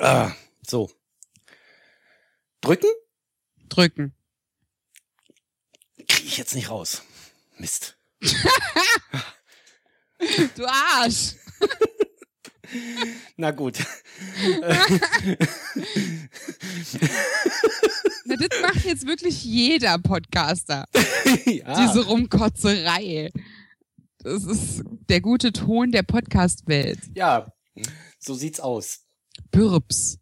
Ah, so. Drücken? Drücken. Kriege ich jetzt nicht raus. Mist. Du Arsch. Na gut. Na, das macht jetzt wirklich jeder Podcaster. ja. Diese Rumkotzerei. Das ist der gute Ton der Podcast-Welt. ja, so sieht's aus. Bürps.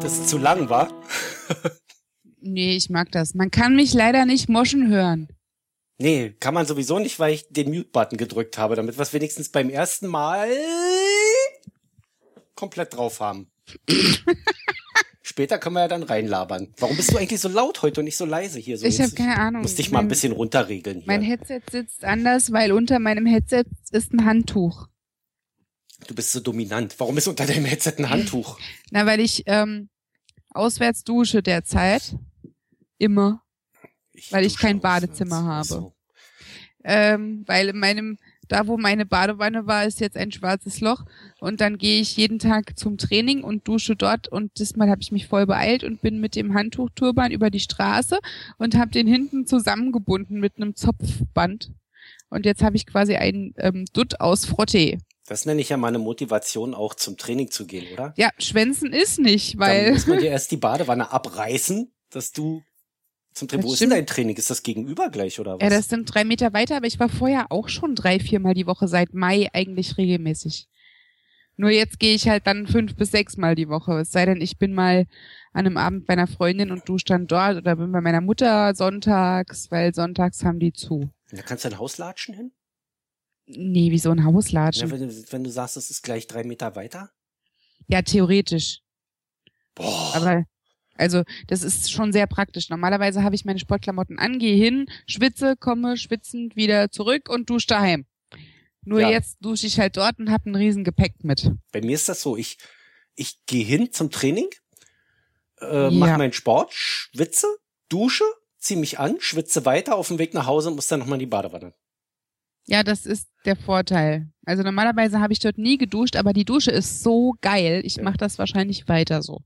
Das ist zu lang, war? Nee, ich mag das. Man kann mich leider nicht moschen hören. Nee, kann man sowieso nicht, weil ich den Mute-Button gedrückt habe, damit wir es wenigstens beim ersten Mal komplett drauf haben. Später können wir ja dann reinlabern. Warum bist du eigentlich so laut heute und nicht so leise hier? So Ich jetzt- habe keine Ahnung. Muss dich mal ein Mein- bisschen runterregeln hier. Mein Headset sitzt anders, weil unter meinem Headset ist ein Handtuch. du bist so dominant. Warum ist unter deinem Headset ein Handtuch? Na, weil ich ähm, auswärts dusche derzeit. Immer. Weil ich dusche kein auswärts. Badezimmer Ach so. habe. ähm, weil in meinem, da wo meine Badewanne war, ist jetzt ein schwarzes Loch und dann gehe ich jeden Tag zum Training und dusche dort und diesmal habe ich mich voll beeilt und bin mit dem Handtuchturban über die Straße und habe den hinten zusammengebunden mit einem Zopfband und jetzt habe ich quasi einen ähm, Dutt aus Frottee. Das nenne ich ja meine Motivation, auch zum Training zu gehen, oder? Ja, schwänzen ist nicht, Dann weil muss man dir erst die Badewanne abreißen, dass du zum Training. Das Wo ist denn stimmt. dein Training? Ist das gegenüber gleich oder was? ja, das sind drei Meter weiter, aber ich war vorher auch schon drei, viermal die Woche seit Mai eigentlich regelmäßig. Nur jetzt gehe ich halt dann fünf bis sechs Mal die Woche. Es sei denn, ich bin mal an einem Abend bei einer Freundin und dusche dann dort oder bin bei meiner Mutter sonntags, weil sonntags haben die zu. da kannst du ein Hauslatschen hin? Nee, wie so ein Ja, Hauslatschen. wenn, du- wenn du sagst, es ist gleich drei Meter weiter? Ja, theoretisch. Boah. Aber also das ist schon sehr praktisch. Normalerweise habe ich meine Sportklamotten an, gehe hin, schwitze, komme schwitzend wieder zurück und dusche daheim. Nur Ja. jetzt dusche ich halt dort und habe ein riesen Gepäck mit. Bei mir ist das so, ich, ich gehe hin zum Training, äh, Ja. mache meinen Sport, schwitze, dusche, ziehe mich an, schwitze weiter auf dem Weg nach Hause und muss dann nochmal in die Badewanne. Ja, das ist der Vorteil. Also normalerweise habe ich dort nie geduscht, aber die Dusche ist so geil. Ich Ja. mache das wahrscheinlich weiter so.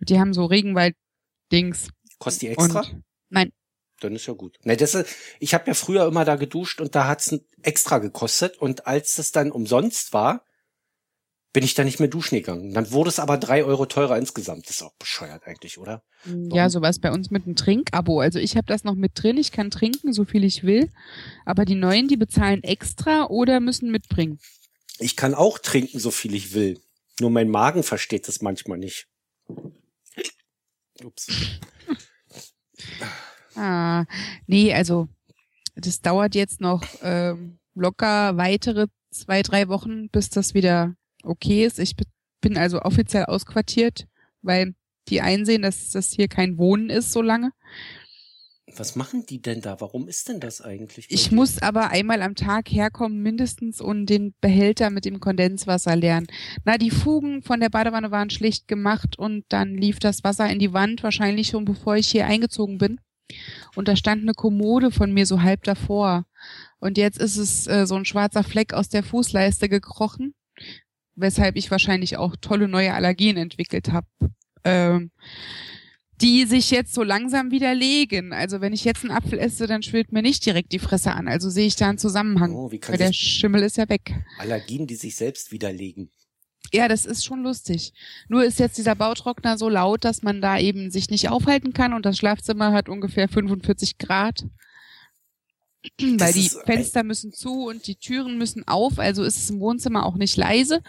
Die haben so Regenwald-Dings. Kostet die extra? Und nein, Dann ist ja gut. Ne, das ist, ich habe ja früher immer da geduscht und da hat's n- extra gekostet und als das dann umsonst war, bin ich da nicht mehr duschen gegangen. Dann wurde es aber drei Euro teurer insgesamt. Das ist auch bescheuert eigentlich, oder? ja, sowas bei uns mit einem Trinkabo. Also ich habe das noch mit drin. Ich kann trinken, so viel ich will. Aber die Neuen, die bezahlen extra oder müssen mitbringen. Ich kann auch trinken, so viel ich will. Nur mein Magen versteht das manchmal nicht. Ups. Ah, nee, also das dauert jetzt noch ähm, locker weitere zwei, drei Wochen, bis das wieder okay ist. Ich bi- bin also offiziell ausquartiert, weil die einsehen, dass das hier kein Wohnen ist so lange. Was machen die denn da? Warum ist denn das eigentlich? Ich muss aber einmal am Tag herkommen, mindestens, und den Behälter mit dem Kondenswasser leeren. Na, die Fugen von der Badewanne waren schlicht gemacht und dann lief das Wasser in die Wand, wahrscheinlich schon bevor ich hier eingezogen bin. Und da stand eine Kommode von mir so halb davor. Und jetzt ist es äh, so ein schwarzer Fleck aus der Fußleiste gekrochen, weshalb ich wahrscheinlich auch tolle neue Allergien entwickelt habe. Ähm, die sich jetzt so langsam widerlegen. Also wenn ich jetzt einen Apfel esse, dann schwillt mir nicht direkt die Fresse an. Also sehe ich da einen Zusammenhang. Oh, wie kann weil der sich- Schimmel ist ja weg. Allergien, die sich selbst widerlegen. Ja, das ist schon lustig. Nur ist jetzt dieser Bautrockner so laut, dass man da eben sich nicht aufhalten kann und das Schlafzimmer hat ungefähr 45 Grad. Weil Das die ist- Fenster müssen zu und die Türen müssen auf, also ist es im Wohnzimmer auch nicht leise.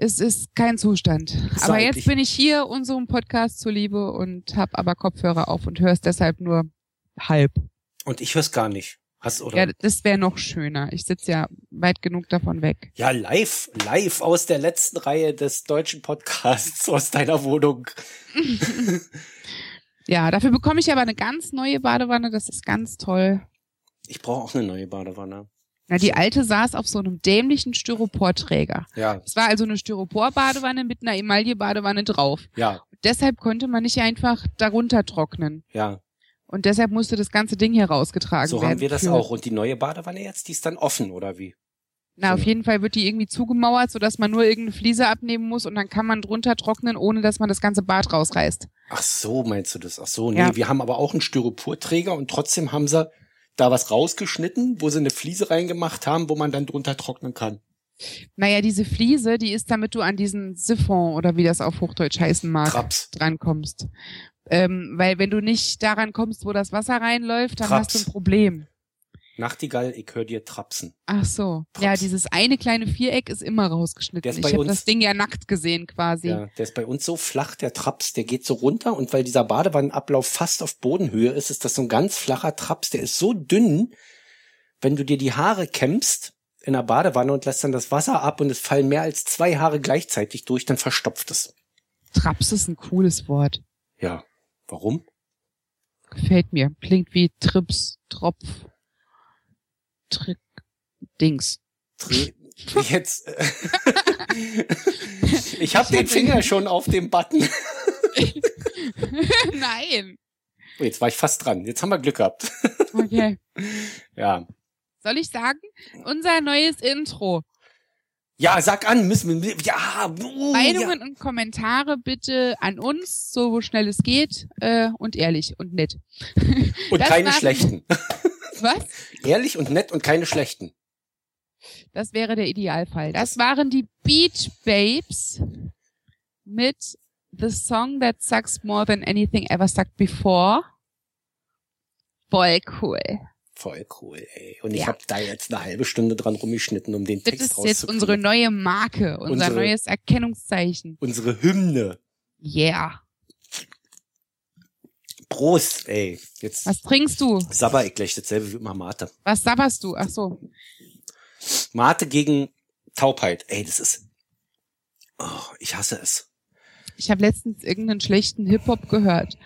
Es ist kein Zustand. Ist Aber eigentlich- jetzt bin ich hier unserem Podcast zuliebe und habe aber Kopfhörer auf und höre es deshalb nur halb. Und ich höre es gar nicht. Hast oder? Ja, Ja, das wäre noch schöner. Ich sitze ja weit genug davon weg. live, live aus der letzten Reihe des deutschen Podcasts aus deiner Wohnung. Ja, dafür bekomme ich aber eine ganz neue Badewanne. Das ist ganz toll. Ich brauche auch eine neue Badewanne. Na, die alte saß auf so einem dämlichen Styroporträger. Ja, Es war also eine Styropor-Badewanne mit einer Emaille-Badewanne drauf. ja, Deshalb konnte man nicht einfach darunter trocknen. ja. Und deshalb musste das ganze Ding hier rausgetragen So werden. haben wir das Für- auch. Und die neue Badewanne jetzt, die ist dann offen oder wie? Na, auf jeden Fall wird die irgendwie zugemauert, sodass man nur irgendeine Fliese abnehmen muss und dann kann man drunter trocknen, ohne dass man das ganze Bad rausreißt. Ach so, meinst du das? Ach so, nee, Ja. wir haben aber auch einen Styroporträger und trotzdem haben sie da was rausgeschnitten, wo sie eine Fliese reingemacht haben, wo man dann drunter trocknen kann. Naja, diese Fliese, die ist, damit du an diesen Siphon oder wie das auf Hochdeutsch heißen mag, Traps. drankommst. Ähm, weil wenn du nicht daran kommst, wo das Wasser reinläuft, dann Traps. hast du ein Problem. Nachtigall, ich höre dir trapsen. Ach so. Props. Ja, dieses eine kleine Viereck ist immer Der rausgeschnitten. ist Ich bei habe uns- das Ding ja nackt gesehen quasi. Ja, der ist bei uns so flach, der Traps, der geht so runter und weil dieser Badewannenablauf fast auf Bodenhöhe ist, ist das so ein ganz flacher Traps, der ist so dünn, wenn du dir die Haare kämmst in der Badewanne und lässt dann das Wasser ab und es fallen mehr als zwei Haare gleichzeitig durch, dann verstopft es. Traps ist ein cooles Wort. Ja. Warum? Gefällt mir. Klingt wie Trips, Tropf, Trick, Dings. Dreh- Jetzt. äh, ich habe den Finger schon auf dem Button. Nein. Oh, Jetzt war ich fast dran. Jetzt haben wir Glück gehabt. Okay. Ja. Soll ich sagen? Unser neues Intro. Ja, sag an, müssen wir. Ja, uh, ja. Meinungen und Kommentare bitte an uns, so schnell es geht, äh, und ehrlich und nett. Und das keine machen- schlechten. Was? Ehrlich und nett und keine schlechten. Das wäre der Idealfall. Das waren die Beach Babes mit The Song That Sucks More Than Anything Ever Sucked Before. Voll cool. Voll cool, ey. Und ich Ja. hab habe da jetzt eine halbe Stunde dran rumgeschnitten, um den Das Text ist jetzt rauszukriegen. unsere neue Marke, unser Unsere- neues Erkennungszeichen. unsere Hymne. Yeah. Prost, ey. Jetzt Was trinkst du? sabber ich gleich dasselbe wie immer Mate. Was sabberst du? Ach so. Mate gegen Taubheit. Ey, das ist. Oh, ich hasse es. Ich habe letztens irgendeinen schlechten Hip-Hop gehört.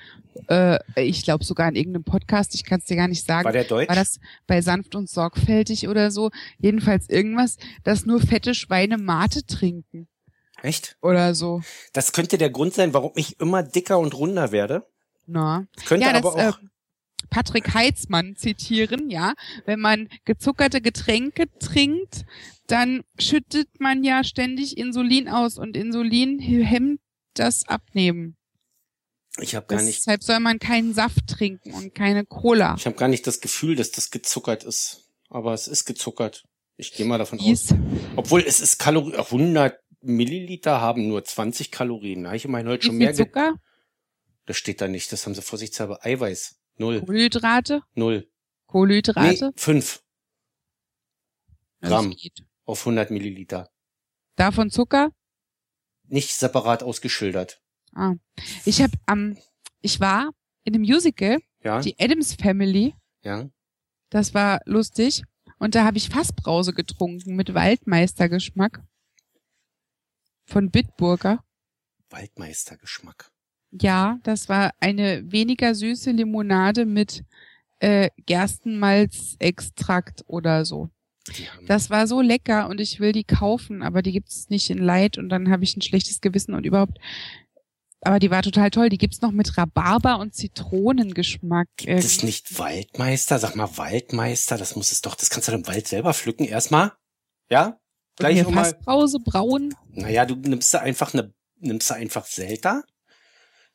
Äh, ich glaube sogar in irgendeinem Podcast. Ich kann es dir gar nicht sagen. War der Deutsch? War das bei sanft und sorgfältig oder so? Jedenfalls irgendwas, dass nur fette Schweine Mate trinken Echt? oder so. Das könnte der Grund sein, warum ich immer dicker und runder werde. Na. Könnte ja, aber das, auch. äh, Patrick Heitzmann zitieren, ja. Wenn man gezuckerte Getränke trinkt, dann schüttet man ja ständig Insulin aus und Insulin hemmt das Abnehmen. ich habe gar nicht. Deshalb soll man keinen Saft trinken und keine Cola. Ich habe gar nicht das Gefühl, dass das gezuckert ist. Aber es ist gezuckert. Ich gehe mal davon aus. Dies, Obwohl es ist Kalorien. 100 Milliliter haben nur 20 Kalorien. Da habe ich immerhin heute wie schon viel mehr. ge- Zucker? Das steht da nicht. Das haben sie vorsichtshalber. Eiweiß. Null. Kohlenhydrate? Null. Kohlenhydrate? Nee, fünf Das Gramm. geht. auf 100 Milliliter. Davon Zucker? Nicht separat ausgeschildert. Ah. Ich habe am, ich war in dem Musical, Ja? die Adams Family, ja? das war lustig. Und da habe ich Fassbrause getrunken mit Waldmeistergeschmack. Von Bitburger. Waldmeistergeschmack. Ja, das war eine weniger süße Limonade mit äh, Gerstenmalzextrakt oder so. Die haben- Das war so lecker und ich will die kaufen, aber die gibt's nicht in Light und dann habe ich ein schlechtes Gewissen und überhaupt. Aber die war total toll. Die gibt's noch mit Rhabarber und Zitronengeschmack. Ähm, Gibt es nicht Waldmeister? Sag mal Waldmeister, das muss es doch, das kannst du doch im Wald selber pflücken erstmal. Ja? Gleich Gleich nochmal. Fassbrause braun. ne, Naja, du nimmst da einfach eine, nimmst da einfach Selta,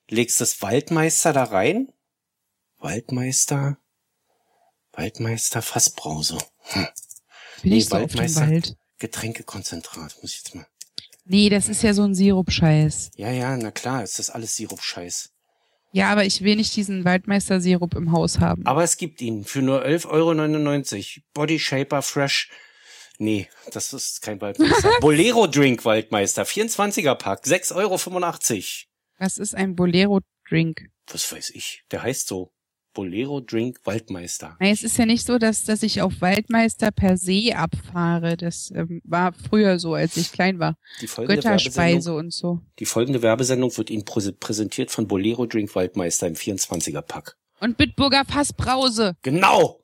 legst das Waldmeister da rein. Waldmeister, Waldmeister, Fassbrause. Hm. Bin Nee, ich so auf dem Waldmeister. Wald. Getränkekonzentrat, muss ich jetzt mal. Nee, das ist ja so ein Sirup-Scheiß. Ja, ja, na klar, ist das alles Sirup-Scheiß. Ja, aber ich will nicht diesen Waldmeister-Sirup im Haus haben. Aber es gibt ihn für nur 11,99 Euro. Body Shaper Fresh. Nee, das ist kein Waldmeister. Bolero Drink Waldmeister, 24er Pack, 6,85 Euro. Das ist ein Bolero-Drink. was weiß ich, der heißt so Bolero Drink Waldmeister. Na, Es ist ja nicht so, dass, dass ich auf Waldmeister per se abfahre. Das ähm, war früher so, als ich klein war. Die folgende, Werbesendung, Götterspeise und so. die folgende Werbesendung wird Ihnen präse- präsentiert von Bolero Drink Waldmeister im 24er Pack. Und Bitburger Fassbrause. Genau!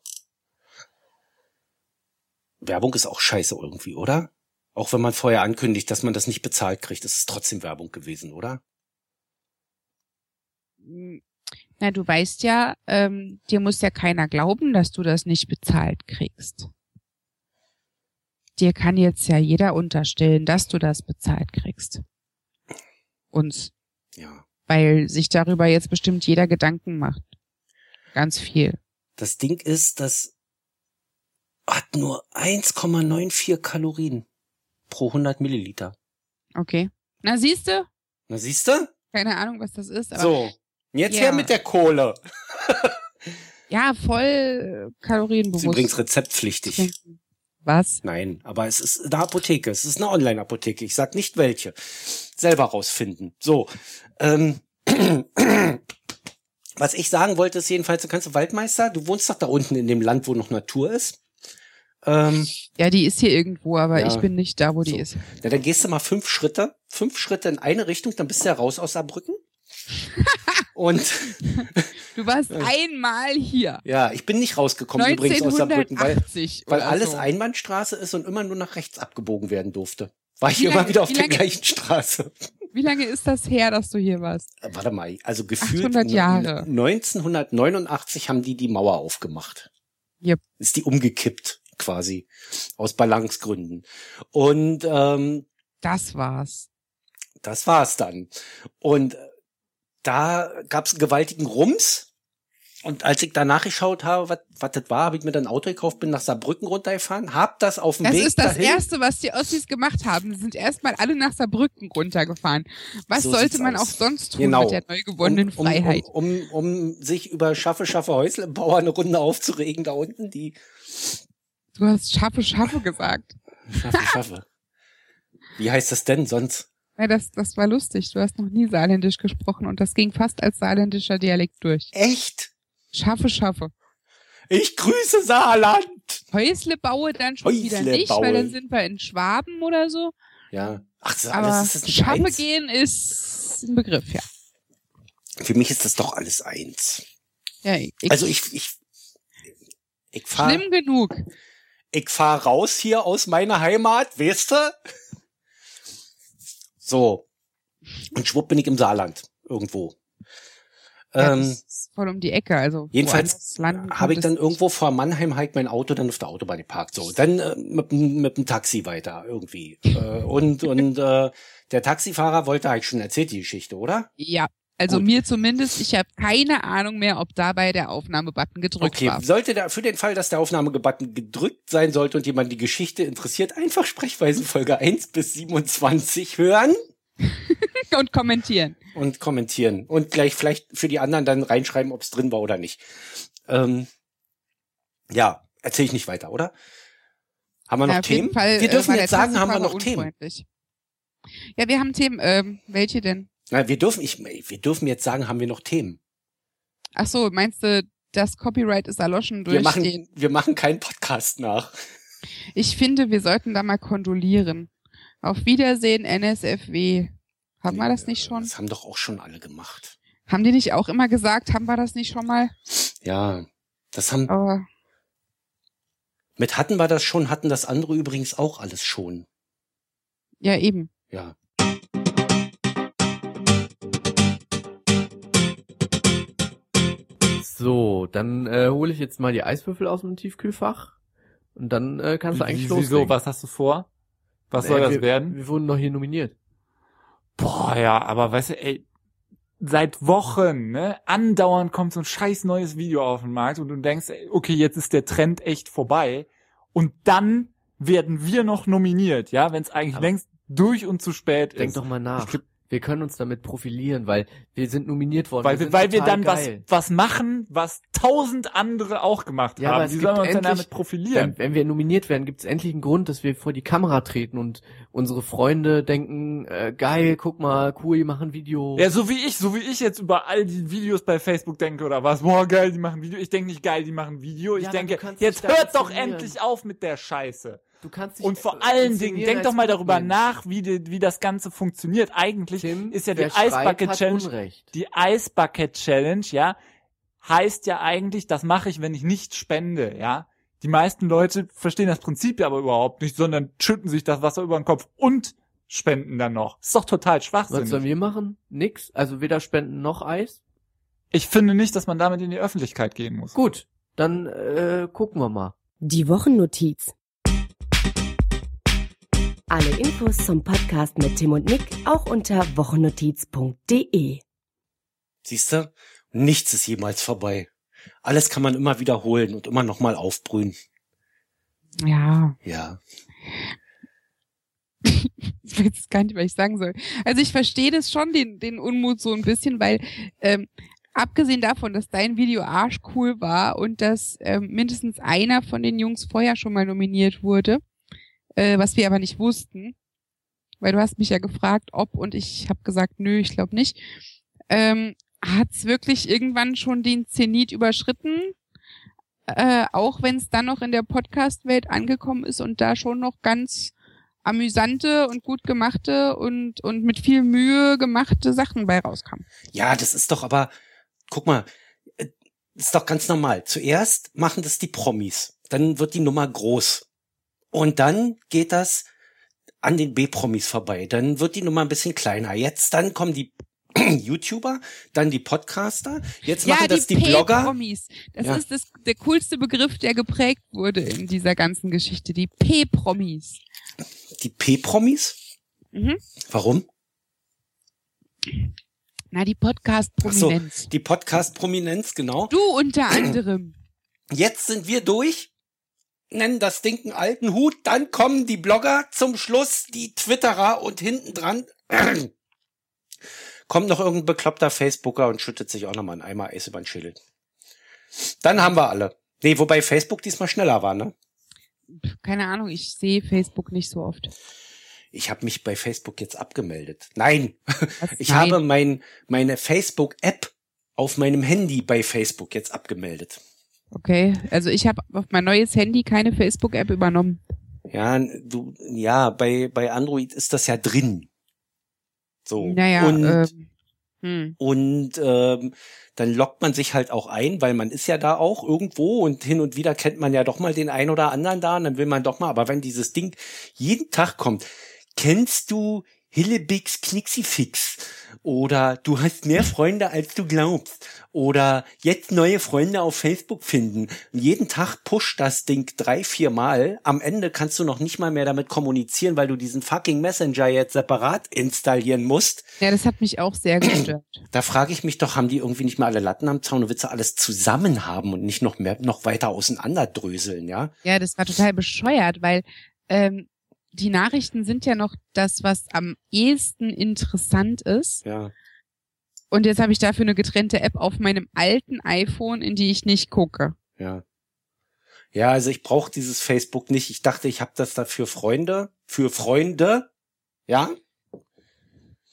Werbung ist auch scheiße irgendwie, oder? Auch wenn man vorher ankündigt, dass man das nicht bezahlt kriegt, ist es trotzdem Werbung gewesen, oder? Hm. Na, du weißt ja, ähm, dir muss ja keiner glauben, dass du das nicht bezahlt kriegst. Dir kann jetzt ja jeder unterstellen, dass du das bezahlt kriegst. Uns, Ja. weil sich darüber jetzt bestimmt jeder Gedanken macht. Ganz viel. Das Ding ist, das hat nur 1,94 Kalorien pro 100 Milliliter. Okay. Na, siehste? Na siehste? Keine Ahnung, was das ist, aber So, jetzt Ja. her mit der Kohle. ja, voll äh, Ist kalorienbewusst. übrigens rezeptpflichtig. trinken. Was? Nein, aber es ist eine Apotheke. Es ist eine Online-Apotheke. Ich sag nicht welche. Selber rausfinden. So. Ähm, was ich sagen wollte, ist jedenfalls, du kannst Waldmeister, du wohnst doch da unten in dem Land, wo noch Natur ist. Ähm, Ja, die ist hier irgendwo, aber Ja. ich bin nicht da, wo die So. ist. na, dann gehst du mal fünf Schritte, fünf Schritte in eine Richtung, dann bist du ja raus aus Saarbrücken. Und Du warst einmal hier. ja, ich bin nicht rausgekommen übrigens aus Saarbrücken, weil 1980 Weil oder alles so. Einbahnstraße ist und immer nur nach rechts abgebogen werden durfte. War ich Wie immer lange- wieder auf wie der lange- gleichen Straße. Wie lange ist das her, dass du hier warst? Äh, Warte mal, also gefühlt 800 Jahre. 1989 haben die die Mauer aufgemacht. Yep. Ist die umgekippt quasi aus Balancegründen. Und ähm, Das war's. das war's dann. Und äh, da gab's einen gewaltigen Rums. Und als ich da nachgeschaut habe, was was das war, habe ich mir dann ein Auto gekauft, bin nach Saarbrücken runtergefahren, hab das auf dem Das Weg ist das dahin. Erste, was die Ossis gemacht haben. Sie sind erstmal alle nach Saarbrücken runtergefahren. Was So sollte sieht's man aus. auch sonst tun Genau. mit der neu gewonnenen um, Freiheit? Um, um, um sich über Schaffe, Schaffe, Häuslebauer eine Runde aufzuregen da unten, die Du hast Schaffe, Schaffe gesagt. Schaffe, Schaffe. Wie heißt das denn sonst? Ja, das, das war lustig. Du hast noch nie saarländisch gesprochen und das ging fast als saarländischer Dialekt durch. Echt? Schaffe, schaffe. Ich grüße Saarland! Häusle baue dann schon wieder Häusle nicht, baue. weil dann sind wir in Schwaben oder so. Ja. Ach, das ist Aber alles, ist das nicht Schaffe eins? gehen ist ein Begriff, ja. Für mich ist das doch alles eins. ja ich, Also ich, ich, ich fahre schlimm genug. ich fahr raus hier aus meiner Heimat, weißt du? So. Und schwupp bin ich im Saarland. Irgendwo. Ja, Ähm, das ist voll um die Ecke. Also Jedenfalls woanders landen kommt habe ich es dann nicht. irgendwo vor Mannheim halt mein Auto dann auf der Autobahn geparkt. So, dann äh, mit, dem- mit dem Taxi weiter irgendwie. Äh, und und äh, der Taxifahrer wollte halt schon erzählt die Geschichte, oder? Ja, also Gut. mir zumindest. Ich habe keine Ahnung mehr, ob dabei der Aufnahmebutton gedrückt Okay, war. sollte da für den Fall, dass der Aufnahmebutton gedrückt sein sollte und jemand die Geschichte interessiert, einfach Sprechweisenfolge 1 bis 27 hören Und kommentieren. und kommentieren und gleich vielleicht für die anderen dann reinschreiben, ob es drin war oder nicht. Ähm, ja, erzähle ich nicht weiter, oder? Haben wir noch Ja, auf Themen? jeden Fall, wir äh, dürfen war jetzt der sagen, haben wir Taxifahrer noch Themen. unfreundlich. Ja, wir haben Themen. Ähm, welche denn? Nein, wir dürfen, ich, wir dürfen jetzt sagen, haben wir noch Themen. Ach so, meinst du, das Copyright ist erloschen durch Wir den machen, wir machen keinen Podcast nach. Ich finde, wir sollten da mal kondolieren. Auf Wiedersehen, NSFW. Haben wir das nicht schon? Das haben doch auch schon alle gemacht. Haben die nicht auch immer gesagt, haben wir das nicht schon mal? Ja, das haben, Aber mit hatten wir das schon, hatten das andere übrigens auch alles schon. ja, eben. Ja. So, dann äh, hole ich jetzt mal die Eiswürfel aus dem Tiefkühlfach und dann äh, kannst du eigentlich Wie- Wieso? loslegen. Was hast du vor? Was Äh, soll das wir, werden? Wir wurden noch hier nominiert. Boah, ja, aber weißt du, ey, seit Wochen, ne, andauernd kommt so ein scheiß neues Video auf den Markt und du denkst, ey, okay, jetzt ist der Trend echt vorbei. Und dann werden wir noch nominiert, ja, wenn es eigentlich Aber- längst durch und zu spät Denk ist. doch mal nach. Ich glaub- wir können uns damit profilieren, weil wir sind nominiert worden. weil wir, sind weil wir total dann geil. was, was machen, was tausend andere auch gemacht Ja, aber haben. es Wie gibt sollen wir uns denn endlich- damit profilieren? Wenn, wenn wir nominiert werden, gibt es endlich einen Grund, dass wir vor die Kamera treten und unsere Freunde denken, äh, geil, guck mal, cool, die machen ein Video. Ja, so wie ich, so wie ich jetzt über all die Videos bei Facebook denke oder was. Boah, geil, die machen Video. Ich denke nicht geil, die machen Video. Ich Ja, aber denke, du kannst dich jetzt da hört doch inszenieren. endlich auf mit der Scheiße. du kannst dich Und äh, vor allen inszenieren Dingen, denk als doch mal darüber Gutmensch. nach, wie, die, wie das Ganze funktioniert. Eigentlich Tim, ist ja die wer schreit, Eisbucket hat Challenge- Unrecht. die Eisbucket Challenge, ja, heißt ja eigentlich, das mache ich, wenn ich nicht spende, ja. Die meisten Leute verstehen das Prinzip ja aber überhaupt nicht, sondern schütten sich das Wasser über den Kopf und spenden dann noch. Ist doch total Was sollen schwachsinnig. wir machen? Nix. Also weder spenden noch Eis. Ich finde nicht, dass man damit in die Öffentlichkeit gehen muss. Gut, dann äh, gucken wir mal. Die Wochennotiz. Alle Infos zum Podcast mit Tim und Nick auch unter wochennotiz.de. Siehst du? Nichts ist jemals vorbei. Alles kann man immer wiederholen und immer nochmal aufbrühen. Ja, Ja. ich weiß jetzt gar nicht, was ich sagen soll. Also ich verstehe das schon, den, den Unmut so ein bisschen, weil ähm, abgesehen davon, dass dein Video arschcool war und dass ähm, mindestens einer von den Jungs vorher schon mal nominiert wurde, äh, was wir aber nicht wussten, weil du hast mich ja gefragt, ob und ich habe gesagt, nö, ich glaube nicht, ähm, hat's wirklich irgendwann schon den Zenit überschritten. Äh, auch wenn es dann noch in der Podcast-Welt angekommen ist und da schon noch ganz amüsante und gut gemachte und, und mit viel Mühe gemachte Sachen bei rauskam. Ja, das ist doch aber, guck mal, äh, ist doch ganz normal. Zuerst machen das die Promis. Dann wird die Nummer groß. Und dann geht das an den B-Promis vorbei. Dann wird die Nummer ein bisschen kleiner. Jetzt, dann kommen die YouTuber, dann die Podcaster. Jetzt machen das die Blogger. P-Promis. Das Ja. ist das, der coolste Begriff, der geprägt wurde in dieser ganzen Geschichte. Die P-Promis. Die P-Promis? Mhm. Warum? Na, die Podcast-Prominenz. Die Podcast-Prominenz, genau. Du unter anderem. Jetzt sind wir durch, nennen das Ding einen alten Hut, dann kommen die Blogger zum Schluss, die Twitterer und hinten dran kommt noch irgendein bekloppter Facebooker und schüttet sich auch nochmal einen Eimer Eis über den Schädel. Dann haben wir alle. Nee, wobei Facebook diesmal schneller war, ne? Pff, Keine Ahnung, ich sehe Facebook nicht so oft. Ich habe mich bei Facebook jetzt abgemeldet. Nein, Was? ich Nein. habe mein, meine Facebook-App auf meinem Handy bei Facebook jetzt abgemeldet. Okay, also ich habe auf mein neues Handy keine Facebook-App übernommen. Ja, du, ja, bei, bei Android ist das ja drin. So. Naja, Oh. und, ähm, hm. und ähm, dann loggt man sich halt auch ein, weil man ist ja da auch irgendwo und hin und wieder kennt man ja doch mal den einen oder anderen da und dann will man doch mal, aber wenn dieses Ding jeden Tag kommt, kennst du Hillebix Knicksifix? Oder du hast mehr Freunde, als du glaubst. Oder jetzt neue Freunde auf Facebook finden. Jeden Tag pusht das Ding drei, vier Mal. Am Ende kannst du noch nicht mal mehr damit kommunizieren, weil du diesen fucking Messenger jetzt separat installieren musst. Ja, das hat mich auch sehr gestört. Da frage ich mich doch, haben die irgendwie nicht mal alle Latten am Zaun und willst du alles zusammen haben und nicht noch mehr, noch weiter auseinanderdröseln, ja? Ja, das war total bescheuert, weil ähm, die Nachrichten sind ja noch das, was am ehesten interessant ist. Ja. Und jetzt habe ich dafür eine getrennte App auf meinem alten iPhone, in die ich nicht gucke. Ja. Ja, also ich brauche dieses Facebook nicht. Ich dachte, ich habe das da für Freunde, für Freunde, ja,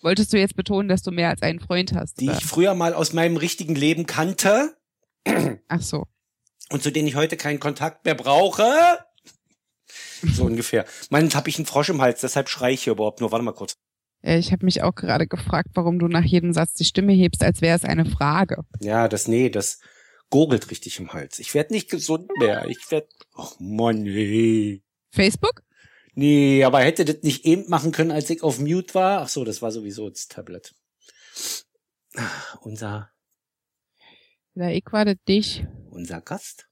Wolltest du jetzt betonen, dass du mehr als einen Freund hast? die oder? ich früher mal aus meinem richtigen Leben kannte Ach so. und zu denen ich heute keinen Kontakt mehr brauche. So ungefähr. Mann, habe ich einen Frosch im Hals, deshalb schreie ich hier überhaupt nur. Warte mal kurz. Äh, Ich habe mich auch gerade gefragt, warum du nach jedem Satz die Stimme hebst, als wäre es eine Frage. Ja, das, nee, das gurgelt richtig im Hals. Ich werd nicht gesund mehr. Ich werd, ach Mann, nee. Facebook? Nee, aber hätte das nicht eben machen können, als ich auf Mute war? Ach so, das war sowieso das Tablet. Ah, Unser, Ja, ich warte dich, unser Gast?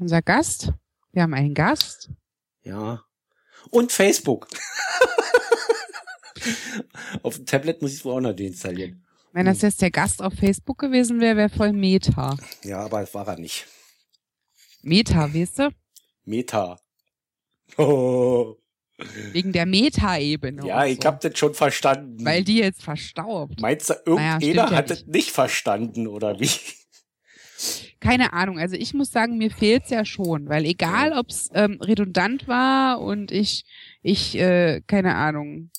unser Gast. Wir haben einen Gast. Ja. Und Facebook. auf dem Tablet muss ich es wohl auch noch deinstallieren. Wenn das jetzt der Gast auf Facebook gewesen wäre, wäre voll Meta. Ja, aber das war er nicht. Meta, weißt du? Meta. Oh. Wegen der Meta-Ebene. Ja, und ich hm. so. hab das schon verstanden. also. Weil die jetzt verstaubt. Meinst du, Naja, stimmt irgendjeder ja hat nicht. das nicht verstanden, oder wie? Keine Ahnung. Also ich muss sagen, mir fehlt's ja schon, weil egal, ob's ähm, redundant war und ich, ich, äh, keine Ahnung,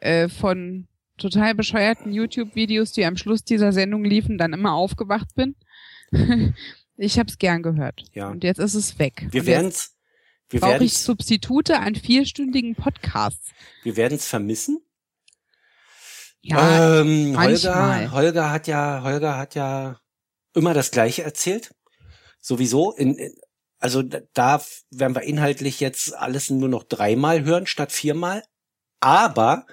äh, von total bescheuerten YouTube-Videos, die am Schluss dieser Sendung liefen, dann immer aufgewacht bin. ich hab's gern gehört. Ja. Und jetzt ist es weg. Wir Und werden's, wir jetzt brauche ich werden's, Substitute an vierstündigen Podcasts. wir werden's vermissen. Ja, ähm, Holger, manchmal. Holger hat ja, Holger hat ja immer das Gleiche erzählt. Sowieso. In, in, also da- da f- werden wir inhaltlich jetzt alles nur noch dreimal hören statt viermal. Aber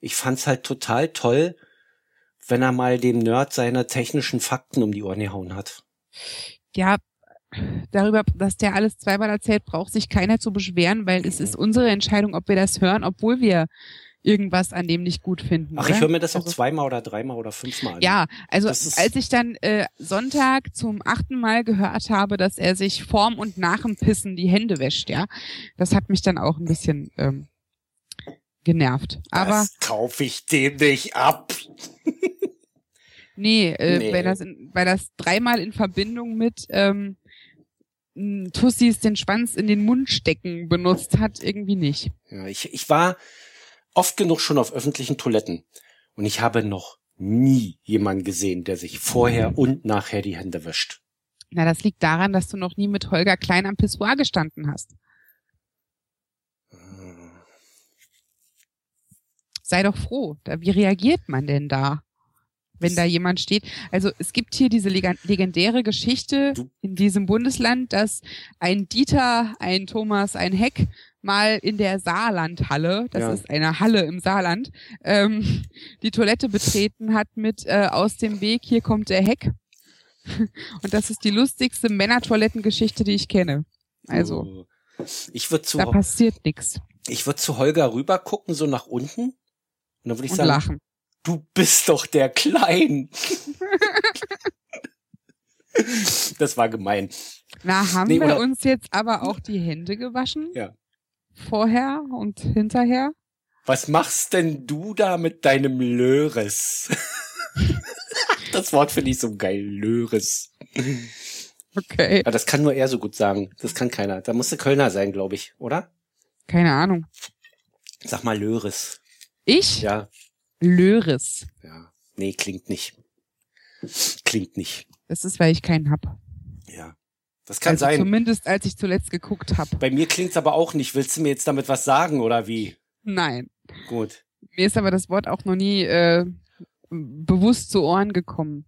ich fand's halt total toll, wenn er mal dem Nerd seine technischen Fakten um die Ohren gehauen hat. ja, darüber, dass der alles zweimal erzählt, braucht sich keiner zu beschweren, weil es ist unsere Entscheidung, ob wir das hören, obwohl wir irgendwas an dem nicht gut finden. Ach, oder? ich höre mir das auch Also- zweimal oder dreimal oder fünfmal an. Ja, also Das ist- als ich dann äh, Sonntag zum achten Mal gehört habe, dass er sich vorm und nach dem Pissen die Hände wäscht, ja, das hat mich dann auch ein bisschen ähm, genervt. Aber das kaufe ich dem nicht ab. Nee, äh, Nee. Weil, das in, weil das dreimal in Verbindung mit ähm, m, Tussis den Schwanz in den Mund stecken benutzt hat, irgendwie nicht. Ja, ich, ich war oft genug schon auf öffentlichen Toiletten und ich habe noch nie jemanden gesehen, der sich vorher und nachher die Hände wäscht. Na, das liegt daran, dass du noch nie mit Holger Klein am Pissoir gestanden hast. Sei doch froh. Da, wie reagiert man denn da? Wenn da jemand steht. Also es gibt hier diese lega- legendäre Geschichte Du- in diesem Bundesland, dass ein Dieter, ein Thomas, ein Heck mal in der Saarlandhalle, das Ja. ist eine Halle im Saarland, ähm, die Toilette betreten hat mit äh, aus dem Weg, hier kommt der Heck. Und das ist die lustigste Männertoilettengeschichte, die ich kenne. Also, Äh, Ich würde zu, da passiert nichts. ich würde zu Holger rüber gucken, so nach unten. Und dann würde ich Und sagen, lachen. du bist doch der Klein. das war gemein. Na, haben Nee, wir oder- uns jetzt aber auch die Hände gewaschen? Ja. Vorher und hinterher? Was machst denn du da mit deinem Löres? das Wort finde ich so geil, Löres. Okay. Ja, das kann nur er so gut sagen. Das kann keiner. Da musste Kölner sein, glaube ich, oder? Keine Ahnung. Sag mal Löris. Ich? Ja, Löris. ja. Nee, klingt nicht. Klingt nicht. Das ist, weil ich keinen hab. Ja. Das kann also sein. Zumindest als ich zuletzt geguckt hab. Bei mir klingt's aber auch nicht. Willst du mir jetzt damit was sagen oder wie? Nein. Gut. Mir ist aber das Wort auch noch nie äh, bewusst zu Ohren gekommen.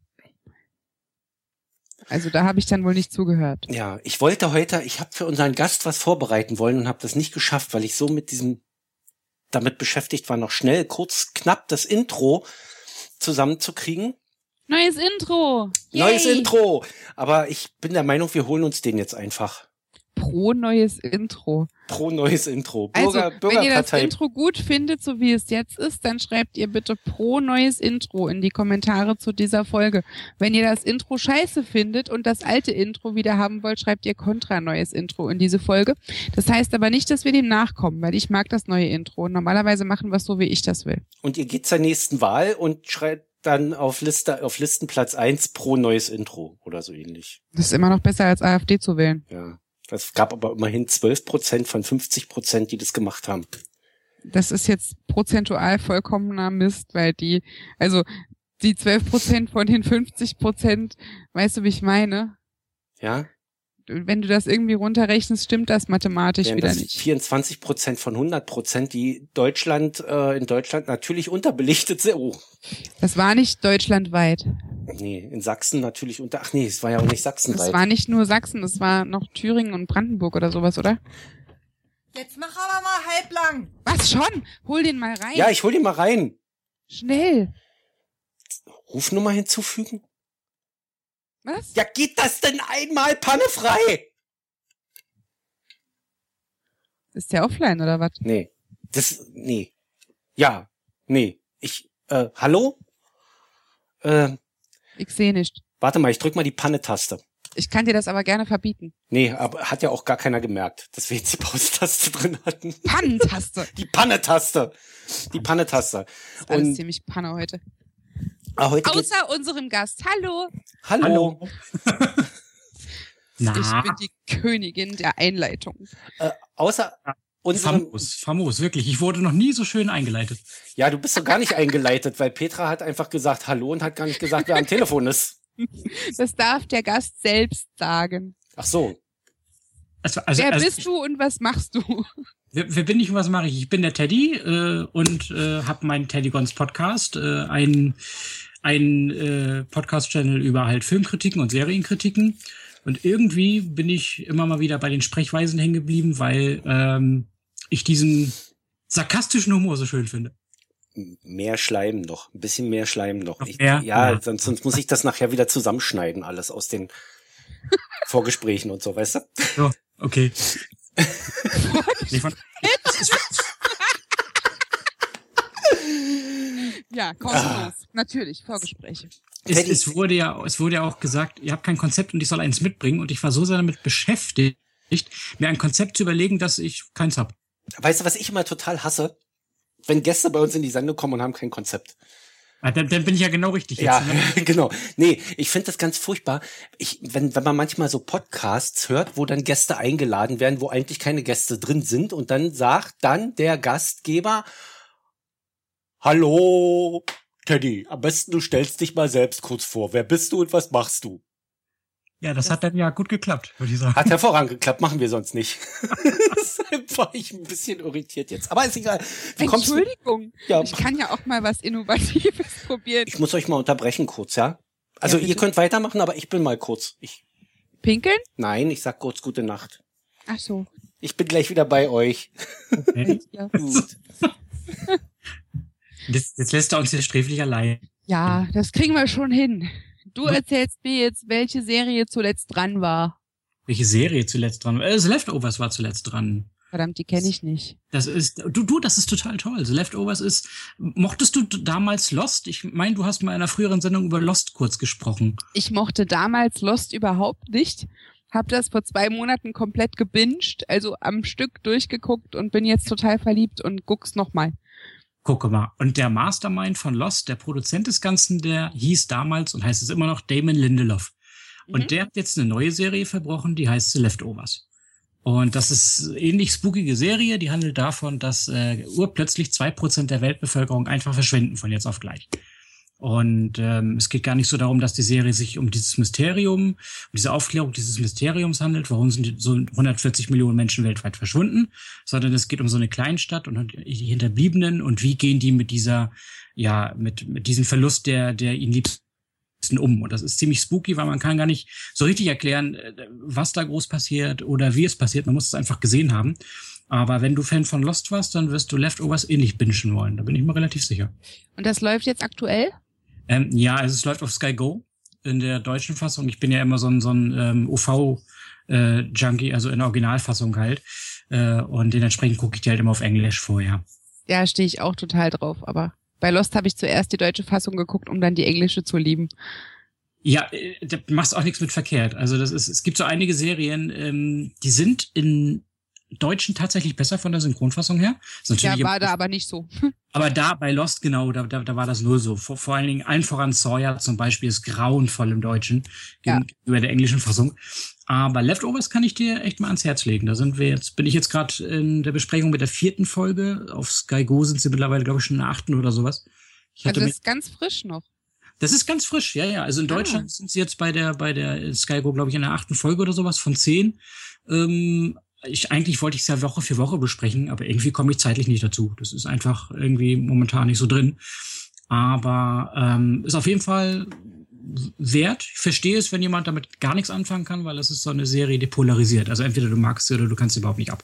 Also da habe ich dann wohl nicht zugehört. Ja, ich wollte heute, ich habe für unseren Gast was vorbereiten wollen und habe das nicht geschafft, weil ich so mit diesem damit beschäftigt war, noch schnell, kurz, knapp das Intro zusammenzukriegen. Neues Intro! Neues Intro. Aber ich bin der Meinung, wir holen uns den jetzt einfach. Pro neues Intro. pro neues Intro. Also, Bürger, wenn ihr das Bürgerpartei. Intro gut findet, so wie es jetzt ist, dann schreibt ihr bitte pro neues Intro in die Kommentare zu dieser Folge. Wenn ihr das Intro scheiße findet und das alte Intro wieder haben wollt, schreibt ihr kontra neues Intro in diese Folge. Das heißt aber nicht, dass wir dem nachkommen, weil ich mag das neue Intro. Und Normalerweise machen wir es so, wie ich das will. und ihr geht zur nächsten Wahl und schreibt dann auf Liste, auf Listenplatz 1 pro neues Intro oder so ähnlich. Das ist immer noch besser, als AfD zu wählen. Ja. Das gab aber immerhin 12 Prozent von 50 Prozent, die das gemacht haben. Das ist jetzt prozentual vollkommener Mist, weil die, also die 12% von den 50%, weißt du, wie ich meine? Ja. wenn du das irgendwie runterrechnest, stimmt das mathematisch Wären wieder das nicht. 24 Prozent von 100 Prozent, die Deutschland, äh, in Deutschland natürlich unterbelichtet sind. Oh, Das war nicht deutschlandweit. nee, in Sachsen natürlich unter, ach nee, es war ja auch nicht Das Sachsenweit. war nicht nur Sachsen, das war noch Thüringen und Brandenburg oder sowas, oder? Jetzt mach aber mal halblang. Was schon? Hol den mal rein. ja, ich hol den mal rein. Schnell. Rufnummer hinzufügen? Was? Ja, geht das denn einmal pannefrei? Ist der offline oder was? Nee. Das, nee. Ja, nee. Ich, äh, hallo? Äh, Ich sehe nicht. warte mal, ich drück mal die Panne-Taste. Ich kann dir das aber gerne verbieten. Nee, aber hat ja auch gar keiner gemerkt, dass wir jetzt die Pause-Taste drin hatten. Pannentaste. Die Panne-Taste. Die Panne-Taste. Alles Und ziemlich Panne heute. ah, heute geht's. Außer unserem Gast. Hallo. Hallo. Ich bin Na, die Königin der Einleitung. Äh, Außer Ah, unserem. famos, famos, wirklich. Ich wurde noch nie so schön eingeleitet. Ja, du bist so gar nicht eingeleitet, weil Petra hat einfach gesagt Hallo und hat gar nicht gesagt, wer am Telefon ist. Das darf der Gast selbst sagen. Ach so. Also, also, Wer also bist du und was machst du? Wer, wer bin ich und was mache ich? Ich bin der Teddy äh, und äh, habe meinen Teddygons Podcast, äh, ein, ein äh, Podcast-Channel über halt Filmkritiken und Serienkritiken. Und irgendwie bin ich immer mal wieder bei den Sprechweisen hängen geblieben, weil ähm, ich diesen sarkastischen Humor so schön finde. Mehr Schleim noch. Ein bisschen mehr Schleim noch. Noch Ich, mehr? ja, Ja. Sonst, sonst muss ich das nachher wieder zusammenschneiden, alles aus den Vorgesprächen und so, weißt du? Okay. nee, von, Ja, Ah. kostenlos. Natürlich, Vorgespräche. es, Teddy. es, wurde ja, es wurde ja auch gesagt, ihr habt kein Konzept und ich soll eins mitbringen. Und ich war so sehr damit beschäftigt, mir ein Konzept zu überlegen, dass ich keins habe. Weißt du, was ich immer total hasse? Wenn Gäste bei uns in die Sendung kommen und haben kein Konzept. Ah, dann, dann bin ich ja genau richtig jetzt. Ja, ne? genau. Nee, ich finde das ganz furchtbar. Ich, wenn, wenn man manchmal so Podcasts hört, wo dann Gäste eingeladen werden, wo eigentlich keine Gäste drin sind und dann sagt dann der Gastgeber, Hallo, Teddy, am besten du stellst dich mal selbst kurz vor. Wer bist du und was machst du? Ja, das hat dann ja gut geklappt, würde ich sagen. Hat hervorangeklappt, machen wir sonst nicht. Deshalb war ich ein bisschen irritiert jetzt. Aber ist egal. Wie kommst du? Entschuldigung. Ja, Ich kann ja auch mal was Innovatives probieren. ich muss euch mal unterbrechen kurz, ja? Also Ja, ihr bitte. könnt weitermachen, aber ich bin mal kurz. Ich, Pinkeln? nein, ich sag kurz gute Nacht. Ach so. Ich bin gleich wieder bei euch. Hm? Ja. Gut. Jetzt, jetzt lässt er uns hier sträflich allein. ja, das kriegen wir schon hin. Du erzählst mir jetzt, welche Serie zuletzt dran war. Welche Serie zuletzt dran war? Äh, The Leftovers war zuletzt dran. Verdammt, die kenne ich nicht. Das ist, du, du, das ist total toll. The Leftovers ist, mochtest du d- damals Lost? Ich meine, du hast mal in einer früheren Sendung über Lost kurz gesprochen. Ich mochte damals Lost überhaupt nicht. Hab das vor zwei Monaten komplett gebinged, also am Stück durchgeguckt und bin jetzt total verliebt und guck's nochmal. Gucke mal. Und der Mastermind von Lost, der Produzent des Ganzen, der hieß damals und heißt es immer noch Damon Lindelof. Und Mhm. der hat jetzt eine neue Serie verbrochen, die heißt The Leftovers. Und das ist ähnlich spookige Serie, die handelt davon, dass äh, urplötzlich zwei Prozent der Weltbevölkerung einfach verschwinden von jetzt auf gleich. Und ähm, es geht gar nicht so darum, dass die Serie sich um dieses Mysterium, um diese Aufklärung dieses Mysteriums handelt, warum sind die- so 140 Millionen Menschen weltweit verschwunden, sondern es geht um so eine Kleinstadt und die Hinterbliebenen und wie gehen die mit dieser, ja, mit, mit diesem Verlust der, der ihnen liebsten um. Und das ist ziemlich spooky, weil man kann gar nicht so richtig erklären, äh, was da groß passiert oder wie es passiert. Man muss es einfach gesehen haben. Aber wenn du Fan von Lost warst, dann wirst du Leftovers ähnlich bingen wollen. Da bin ich mir relativ sicher. Und das läuft jetzt aktuell? Ähm, ja, also es läuft auf Sky Go in der deutschen Fassung. Ich bin ja immer so ein, so ein ähm, OV-Junkie, also in der Originalfassung halt. Äh, und dementsprechend gucke ich die halt immer auf Englisch vorher. Ja, stehe ich auch total drauf, aber bei Lost habe ich zuerst die deutsche Fassung geguckt, um dann die englische zu lieben. Ja, äh, da machst auch nichts mit verkehrt. Also das ist, es gibt so einige Serien, ähm, die sind in Deutschen tatsächlich besser von der Synchronfassung her. Ist Ja, natürlich war immer- da aber nicht so. Aber da bei Lost genau, da, da, da war das nur so. Vor, vor allen Dingen allen voran Sawyer zum Beispiel ist grauenvoll im Deutschen Ja. gegenüber der englischen Fassung. Aber Leftovers kann ich dir echt mal ans Herz legen. Da sind wir jetzt, bin ich jetzt gerade in der Besprechung mit der vierten Folge. Auf Sky Go sind sie mittlerweile, glaube ich, schon in der achten oder sowas. Ich Also hatte das mich, ist ganz frisch noch. das ist ganz frisch, ja, ja. Also in Ah. Deutschland sind sie jetzt bei der, bei der Sky Go, glaube ich, in der achten Folge oder sowas von zehn. Ähm, ich, eigentlich wollte ich es ja Woche für Woche besprechen, aber irgendwie komme ich zeitlich nicht dazu. Das ist einfach irgendwie momentan nicht so drin. Aber ähm, ist auf jeden Fall wert. Ich verstehe es, wenn jemand damit gar nichts anfangen kann, weil das ist so eine Serie, die polarisiert. Also entweder du magst sie oder du kannst sie überhaupt nicht ab.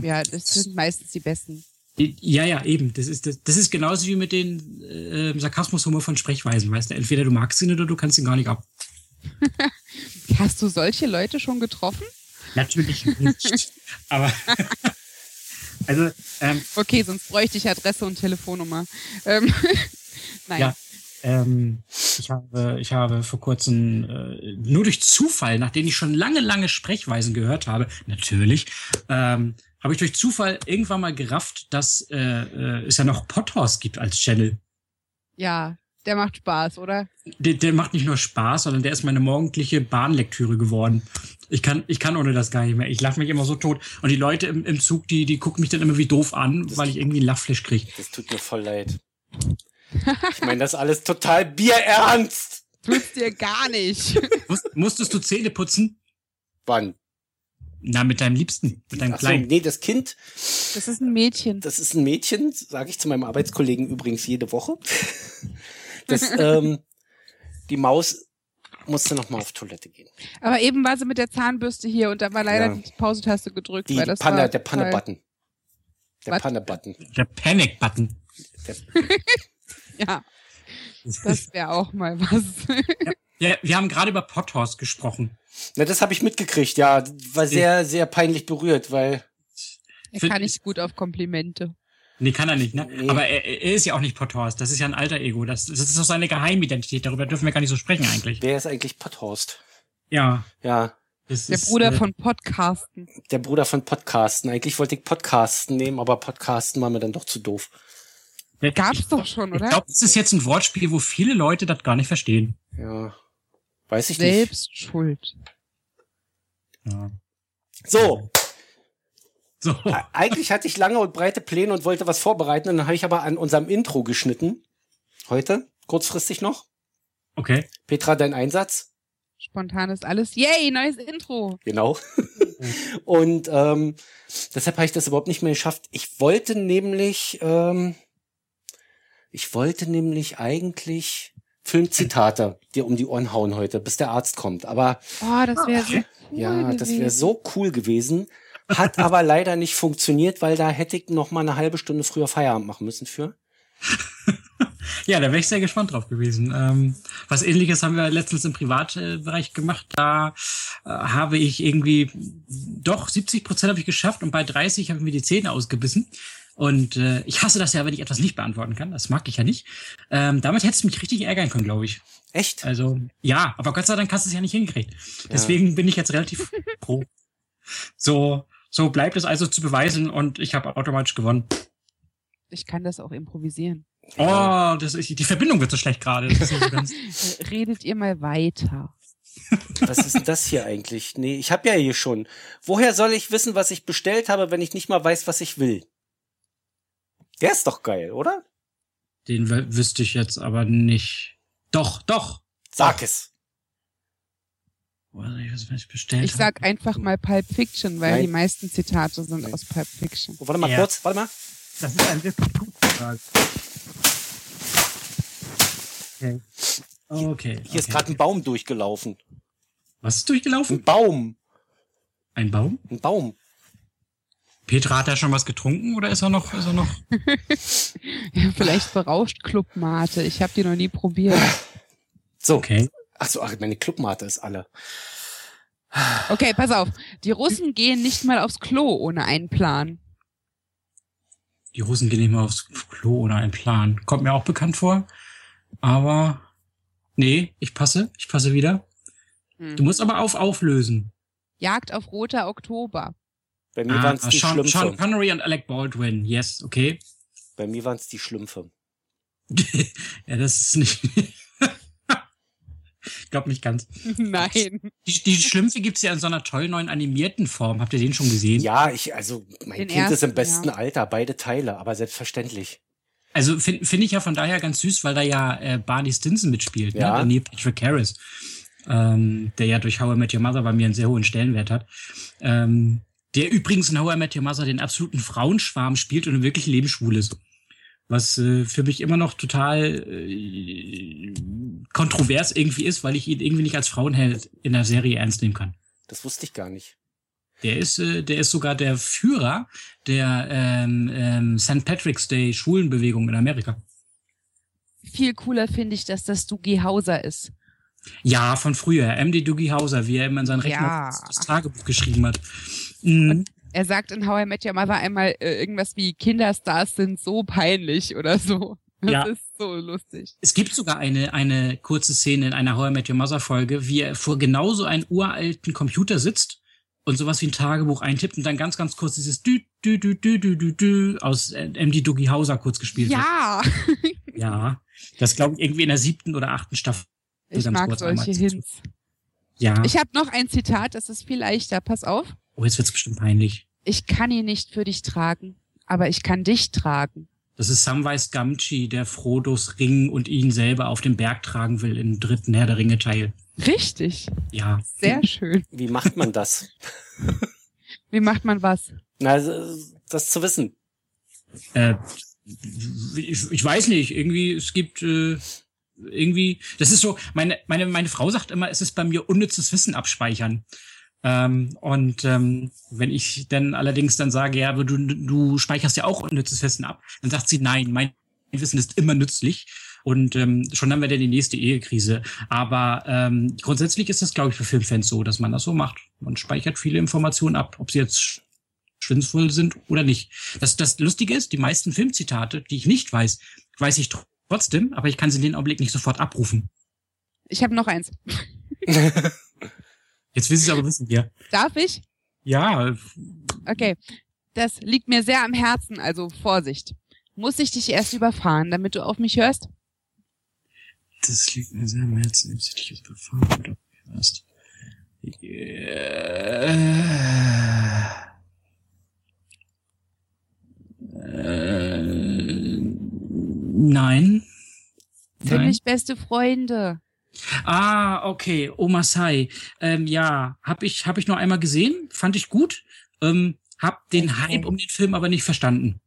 Ja, das sind meistens die besten. Ja, ja, eben. Das ist, das, das ist genauso wie mit den äh, Sarkasmus-Humor von Sprechweisen, weißt du? Entweder du magst ihn oder du kannst ihn gar nicht ab. Hast du solche Leute schon getroffen? Natürlich nicht. aber also ähm, Okay, sonst bräuchte ich Adresse und Telefonnummer. Ähm, Nein. Ja. Ähm, ich, habe, ich habe vor kurzem äh, nur durch Zufall, nachdem ich schon lange, lange Sprechweisen gehört habe, natürlich, ähm, habe ich durch Zufall irgendwann mal gerafft, dass äh, äh, es ja noch Podhorse gibt als Channel. Ja, der macht Spaß, oder? Der, der macht nicht nur Spaß, sondern der ist meine morgendliche Bahnlektüre geworden. Ich kann, ich kann ohne das gar nicht mehr. Ich lache mich immer so tot. Und die Leute im, im Zug, die, die gucken mich dann immer wie doof an, weil ich irgendwie einen Lachflash kriege. Das tut mir voll leid. Ich meine, das ist alles total bierernst. Tut's dir gar nicht. Musstest du Zähne putzen? Wann? Na, mit deinem Liebsten, mit deinem Ach so, Kleinen. nee, das Kind, Das ist ein Mädchen. das ist ein Mädchen, sage ich zu meinem Arbeitskollegen übrigens jede Woche. Das, ähm, die Maus musste noch mal auf Toilette gehen. Aber eben war sie mit der Zahnbürste hier und da war leider Ja. die Pausetaste gedrückt. Die, weil die das Panne, war der total- Panne-Button. Der Was? Panne-Button. Der Panic-Button. Ja, das wäre auch mal was. Ja, wir haben gerade über Pothorse gesprochen. Na, das habe ich mitgekriegt, ja. War sehr, sehr peinlich berührt, weil er Find kann ich- nicht gut auf Komplimente. Nee, kann er nicht, ne? Nee. Aber er, er ist ja auch nicht Pothorse. Das ist ja ein alter Ego. Das, das ist doch seine Geheimidentität. Darüber dürfen wir gar nicht so sprechen eigentlich. wer ist eigentlich Potthorst? Ja. Ja, Das Der ist, Bruder äh, von Podcasten. der Bruder von Podcasten. Eigentlich wollte ich Podcasten nehmen, aber Podcasten war mir dann doch zu doof. Gab's doch schon, Ich oder? glaube, das ist jetzt ein Wortspiel, wo viele Leute das gar nicht verstehen. Ja, weiß ich nicht. Selbst schuld. Ja. So, So. E- Eigentlich hatte ich lange und breite Pläne und wollte was vorbereiten. Und dann habe ich aber an unserem Intro geschnitten. Heute, kurzfristig noch. Okay. Petra, dein Einsatz. Spontan ist alles. Yay, neues Intro. Genau. und ähm, deshalb habe ich das überhaupt nicht mehr geschafft. Ich wollte nämlich, ähm, ich wollte nämlich eigentlich Filmzitate dir um die Ohren hauen heute, bis der Arzt kommt. Aber Oh, das wäre so cool ja, das wäre gewesen. so cool gewesen. Hat aber leider nicht funktioniert, weil da hätte ich noch mal eine halbe Stunde früher Feierabend machen müssen für. Ja, da wäre ich sehr gespannt drauf gewesen. Ähm, was ähnliches haben wir letztens im Privatbereich gemacht. Da äh, habe ich irgendwie doch 70 Prozent habe ich geschafft und bei 30 habe ich mir die Zähne ausgebissen. Und äh, ich hasse das ja, wenn ich etwas nicht beantworten kann. Das mag ich ja nicht. Ähm, damit hättest du mich richtig ärgern können, glaube ich. Echt? Also ja, aber Gott sei Dank hast du es ja nicht hingekriegt. Deswegen bin ich jetzt relativ pro. So, so bleibt es also zu beweisen und ich habe automatisch gewonnen. Ich kann das auch improvisieren. Oh, das ist, die Verbindung wird so schlecht gerade. Das ist nicht so ganz- Äh, Redet ihr mal weiter. Was ist denn das hier eigentlich? Nee, ich habe ja hier schon. Woher soll ich wissen, was ich bestellt habe, wenn ich nicht mal weiß, was ich will? Der ist doch geil, oder? Den wü- wüsste ich jetzt aber nicht. Doch, doch. Sag es. Was ich, was ich bestellt Ich sag einfach mal Pulp Fiction, weil Nein. die meisten Zitate sind Nein. aus Pulp Fiction. Oh, warte mal Ja. kurz, warte mal. Das ist ein wirklich guter Tag. habe. Okay. Hier ist gerade ein Baum durchgelaufen. Was ist Ein durchgelaufen? Baum. Ein Baum? Ein Baum. Petra hat da schon was getrunken oder ist er noch, ist er noch? Vielleicht berauscht Club Mate. Ich habe die noch nie probiert. So. Okay. Ach so, ach, meine Clubmate ist alle. Okay, pass auf. Die Russen gehen nicht mal aufs Klo ohne einen Plan. Die Russen gehen nicht mal aufs Klo ohne einen Plan. Kommt mir auch bekannt vor. Aber, nee, ich passe, ich passe wieder. Hm. Du musst aber auf auflösen. Jagd auf roter Oktober. Bei mir waren es die Ah, Sean, Sean Schlümpfe. Connery und Alec Baldwin. Yes, okay. Bei mir waren es die Schlümpfe. ja, das ist nicht. ich glaube nicht ganz. Nein. Die, die Schlümpfe gibt's ja in so einer tollen neuen animierten Form. Habt ihr den schon gesehen? Ja, ich, also, mein Den Kind ist im ersten, besten ja. Alter, beide Teile, aber selbstverständlich. Also finde find ich ja von daher ganz süß, weil da ja äh, Barney Stinson mitspielt, Ja. ne? der Neil Patrick Harris, ähm, der ja durch How I Met Your Mother bei mir einen sehr hohen Stellenwert hat. Ähm, der übrigens in How I Met Your Mother den absoluten Frauenschwarm spielt und im wirklichen Leben schwul ist. Was äh, für mich immer noch total äh, kontrovers irgendwie ist, weil ich ihn irgendwie nicht als Frauenheld in der Serie ernst nehmen kann. Das wusste ich gar nicht. Der ist, äh, der ist sogar der Führer der ähm, ähm, St. Patrick's Day Schwulenbewegung in Amerika. Viel cooler finde ich, dass das Dugi Hauser ist. Ja, von früher. MD Doogie Hauser, wie er immer in seinen Rechner Ja. das Tagebuch geschrieben hat. Mhm. Er sagt in How I Met Your Mother einmal äh, irgendwas wie Kinderstars sind so peinlich oder so. Das Ja. ist so lustig. Es gibt sogar eine, eine kurze Szene in einer How I Met Your Mother Folge, wie er vor genau so einem uralten Computer sitzt und sowas wie ein Tagebuch eintippt und dann ganz, ganz kurz dieses Dü, Dü, Dü, Dü, Dü, Dü, Dü aus äh, MD Dougie Hauser kurz gespielt Ja, wird. Ja. Das glaube ich irgendwie in der siebten oder achten Staffel. ich Ganz mag kurz einmal solche zu- Hints. Ja. Ich habe noch ein Zitat, das ist viel leichter. Pass auf. oh, jetzt wird's bestimmt peinlich. Ich kann ihn nicht für dich tragen, aber ich kann dich tragen. Das ist Samwise Gamgee, der Frodos Ring und ihn selber auf den Berg tragen will im dritten Herr der Ringe Teil. Richtig. Ja. Sehr schön. Wie macht man das? Wie macht man was? Na, also, das zu wissen. Äh, ich, ich weiß nicht, irgendwie, es gibt äh, irgendwie, das ist so, meine, meine, meine Frau sagt immer, es ist bei mir unnützes Wissen abspeichern. Ähm, und ähm, wenn ich dann allerdings dann sage, ja, aber du, du speicherst ja auch unnützes Wissen ab, dann sagt sie, nein, mein Wissen ist immer nützlich. Und ähm, schon haben wir dann die nächste Ehekrise. Aber ähm, grundsätzlich ist das, glaube ich, für Filmfans so, dass man das so macht. Man speichert viele Informationen ab, ob sie jetzt schwindvoll sind oder nicht. Das, das Lustige ist, die meisten Filmzitate, die ich nicht weiß, weiß ich tr- trotzdem, aber ich kann sie in den Augenblick nicht sofort abrufen. Ich habe noch eins. Jetzt wissen Sie aber wissen wir. Darf ich? Ja, äh, Okay. Das liegt mir sehr am Herzen, also Vorsicht. Muss ich dich erst überfahren, damit du auf mich hörst? das liegt mir sehr am Herzen, dass ich jetzt befahren hast. Äh, äh, nein. Für mich beste Freunde. Ah, okay, Oma Sai. Ähm, ja, habe ich, hab ich nur einmal gesehen, fand ich gut. Ähm, hab den Hype um den Film aber nicht verstanden.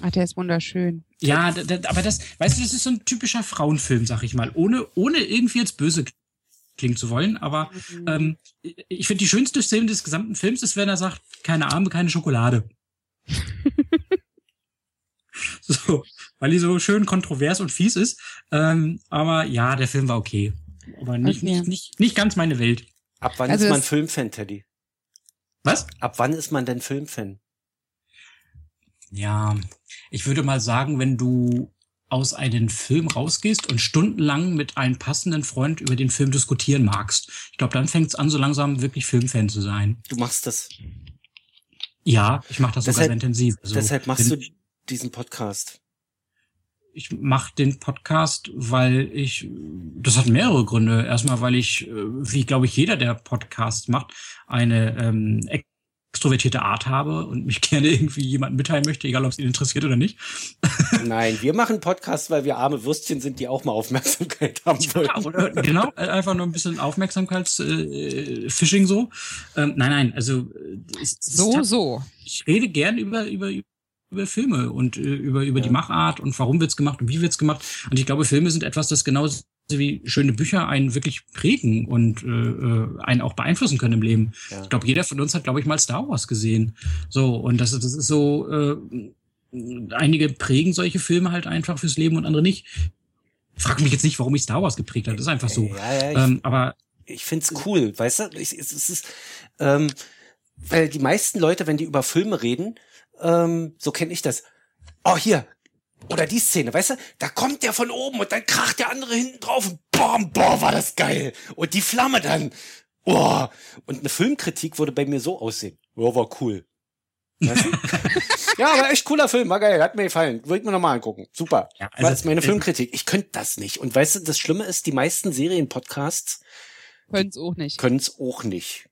Ach, der ist wunderschön. Ja, da, da, aber das, weißt du, das ist so ein typischer Frauenfilm, sag ich mal, ohne, ohne irgendwie jetzt böse klingen zu wollen. Aber ähm, ich finde die schönste Szene des gesamten Films ist, wenn er sagt, keine Arme, keine Schokolade. so, weil die so schön kontrovers und fies ist. Ähm, aber ja, der Film war okay. Aber nicht, Okay. nicht, nicht, nicht ganz meine Welt. Ab wann Also ist man das- Filmfan, Teddy? Was? Ab wann ist man denn Filmfan? Ja, ich würde mal sagen, wenn du aus einem Film rausgehst und stundenlang mit einem passenden Freund über den Film diskutieren magst. Ich glaube, dann fängt es an, so langsam wirklich Filmfan zu sein. Du machst das. Ja, ich mache das sogar Deshalb- sehr intensiv. Also, Deshalb machst du bin- diesen Podcast. Ich mache den Podcast, weil ich, das hat mehrere Gründe. Erstmal, weil ich, äh, wie glaube ich jeder, der Podcasts macht, eine ähm, ex- extrovertierte Art habe und mich gerne irgendwie jemandem mitteilen möchte, egal ob es ihn interessiert oder nicht. Nein, wir machen Podcast, weil wir arme Würstchen sind, die auch mal Aufmerksamkeit haben Ja, wollen. oder, genau, äh, einfach nur ein bisschen Aufmerksamkeits-Phishing äh, Phishing so. Ähm, nein, nein, also äh, es, es ist So, tats- so. ich rede gern über, über, über Filme und äh, über, über die Machart und warum wird's gemacht und wie wird's gemacht. Und ich glaube, Filme sind etwas, das genauso wie schöne Bücher einen wirklich prägen und äh, äh, einen auch beeinflussen können im Leben. Ja. Ich glaube, jeder von uns hat, glaube ich, mal Star Wars gesehen. So, und das, ist- das ist so, äh, einige prägen solche Filme halt einfach fürs Leben und andere nicht. Frag mich jetzt nicht, warum ich Star Wars geprägt hat. Das ist einfach so. Ja, ja, ich, Ähm, aber ich find's cool, weißt du? Ich, es, es ist, ähm, weil die meisten Leute, wenn die über Filme reden, ähm, so kenne ich das. Oh, hier. Oder die Szene, weißt du? Da kommt der von oben und dann kracht der andere hinten drauf und boom, boah, war das geil. Und die Flamme dann. Oh. Und eine Filmkritik würde bei mir so aussehen. Ja, war cool. Weißt du? ja, war echt cooler Film, war geil, hat mir gefallen. Würde ich mir nochmal angucken. Super. Ja, also- also, Was ist meine Filmkritik? Ich könnte das nicht. Und weißt du, das Schlimme ist, die meisten Serienpodcasts Können's auch nicht. können es auch nicht.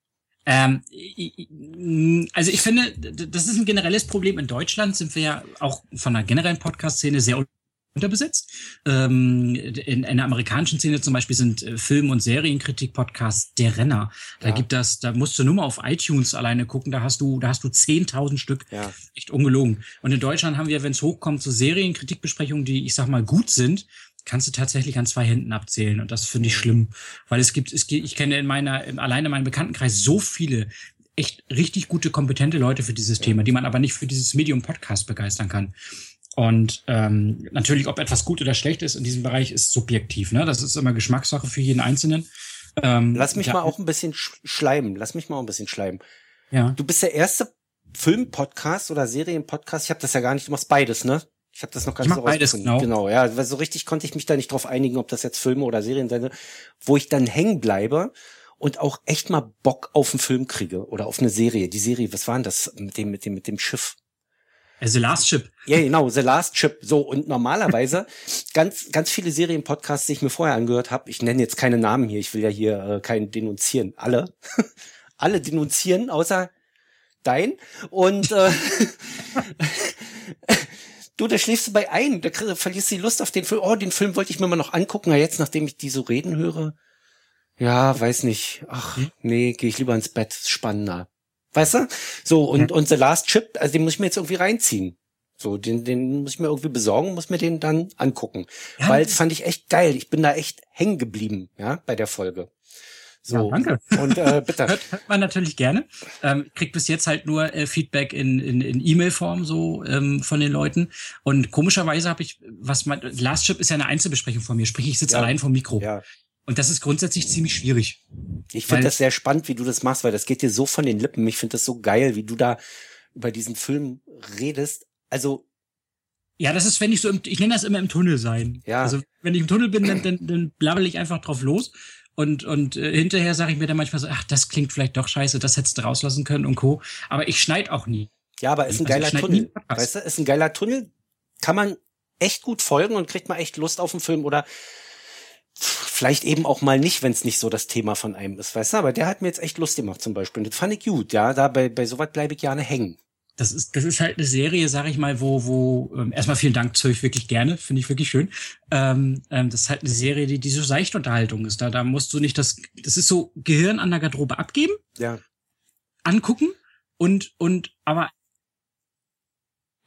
Ähm, i- i- also ich finde, d- das ist ein generelles Problem. In Deutschland sind wir ja auch von der generellen Podcast-Szene sehr unterbesetzt. Ähm, in einer amerikanischen Szene zum Beispiel sind äh, Film- und Serienkritik-Podcasts der Renner. Da Ja. gibt das, da musst du nur mal auf iTunes alleine gucken, da hast du, da hast du 10.000 Stück. Ja. Echt ungelogen. Und in Deutschland haben wir, wenn es hochkommt, so Serienkritikbesprechungen, die, ich sag mal, gut sind, kannst du tatsächlich an zwei Händen abzählen. Und das finde ich schlimm. Weil es gibt, es gibt, ich kenne in meiner, in- alleine in meinem Bekanntenkreis so viele echt richtig gute, kompetente Leute für dieses Thema, die man aber nicht für dieses Medium Podcast begeistern kann. Und ähm, natürlich, ob etwas gut oder schlecht ist in diesem Bereich, ist subjektiv. Ne? Das ist immer Geschmackssache für jeden Einzelnen. Ähm, Lass mich da- mal auch ein bisschen sch schleimen. Lass mich mal auch ein bisschen schleimen. Ja. Du bist der erste Film-Podcast oder Serien-Podcast. Ich habe das ja gar nicht. Du machst beides, ne? Ich Ich habe das noch gar Ich nicht mach beides, rausgefunden. Genau, ja, weil so richtig konnte ich mich da nicht drauf einigen, ob das jetzt Filme oder Serien sind, wo ich dann hängen bleibe und auch echt mal Bock auf einen Film kriege oder auf eine Serie. Die Serie, was war denn das mit dem mit dem mit dem Schiff? Äh, The Last Ship. Ja, genau, The Last Chip. So, und normalerweise ganz, ganz viele Serienpodcasts, die ich mir vorher angehört habe, ich nenne jetzt keine Namen hier, ich will ja hier äh, keinen denunzieren. Alle. Alle denunzieren, außer dein. Und äh, du, da schläfst du bei ein, da krie- verlierst du die Lust auf den Film. Oh, den Film wollte ich mir mal noch angucken, aber jetzt, nachdem ich die so reden höre, ja, weiß nicht. Ach, nee, gehe ich lieber ins Bett, ist spannender. Weißt du? So, und, und The Last Chip, also den muss ich mir jetzt irgendwie reinziehen. So, den, den muss ich mir irgendwie besorgen, muss mir den dann angucken. Ja, Weil das- das fand ich echt geil. Ich bin da echt hängen geblieben, ja, bei der Folge. So. Ja, danke. Und äh, bitte. Hört, hört man natürlich gerne. Ähm, kriegt bis jetzt halt nur äh, Feedback in, in, in E-Mail-Form so ähm, von den Leuten. Und komischerweise habe ich, was man, Last Ship ist ja eine Einzelbesprechung von mir, sprich, ich sitze Ja. allein vom Mikro. Ja. Und das ist grundsätzlich ziemlich schwierig. Ich Weil- finde das sehr spannend, wie du das machst, weil das geht dir so von den Lippen. Ich finde das so geil, wie du da über diesen Film redest. Also, Ja, das ist, wenn ich so im, ich nenne das immer im Tunnel sein. Ja. Also wenn ich im Tunnel bin, dann, dann, dann blabbel ich einfach drauf los. Und, und äh, hinterher sage ich mir dann manchmal so, ach, das klingt vielleicht doch scheiße, das hättest du rauslassen können und Co. Aber ich schneid auch nie. ja, aber ist ein Also geiler ich schneid nie Tunnel. einen Podcast. Weißt du, ist ein geiler Tunnel. Kann man echt gut folgen und kriegt man echt Lust auf den Film oder vielleicht eben auch mal nicht, wenn es nicht so das Thema von einem ist, weißt du? Aber der hat mir jetzt echt Lust gemacht zum Beispiel. Und das fand ich gut, ja. Da bei, bei sowas bleibe ich gerne hängen. das ist, das ist halt eine Serie, sag ich mal, wo, wo ähm, erstmal vielen Dank, Zöch, wirklich gerne, finde ich wirklich schön. Ähm, ähm, das ist halt eine Serie, die, die so Seichtunterhaltung ist. Da, da musst du nicht das, das ist so Gehirn an der Garderobe abgeben, Ja. angucken und, und, aber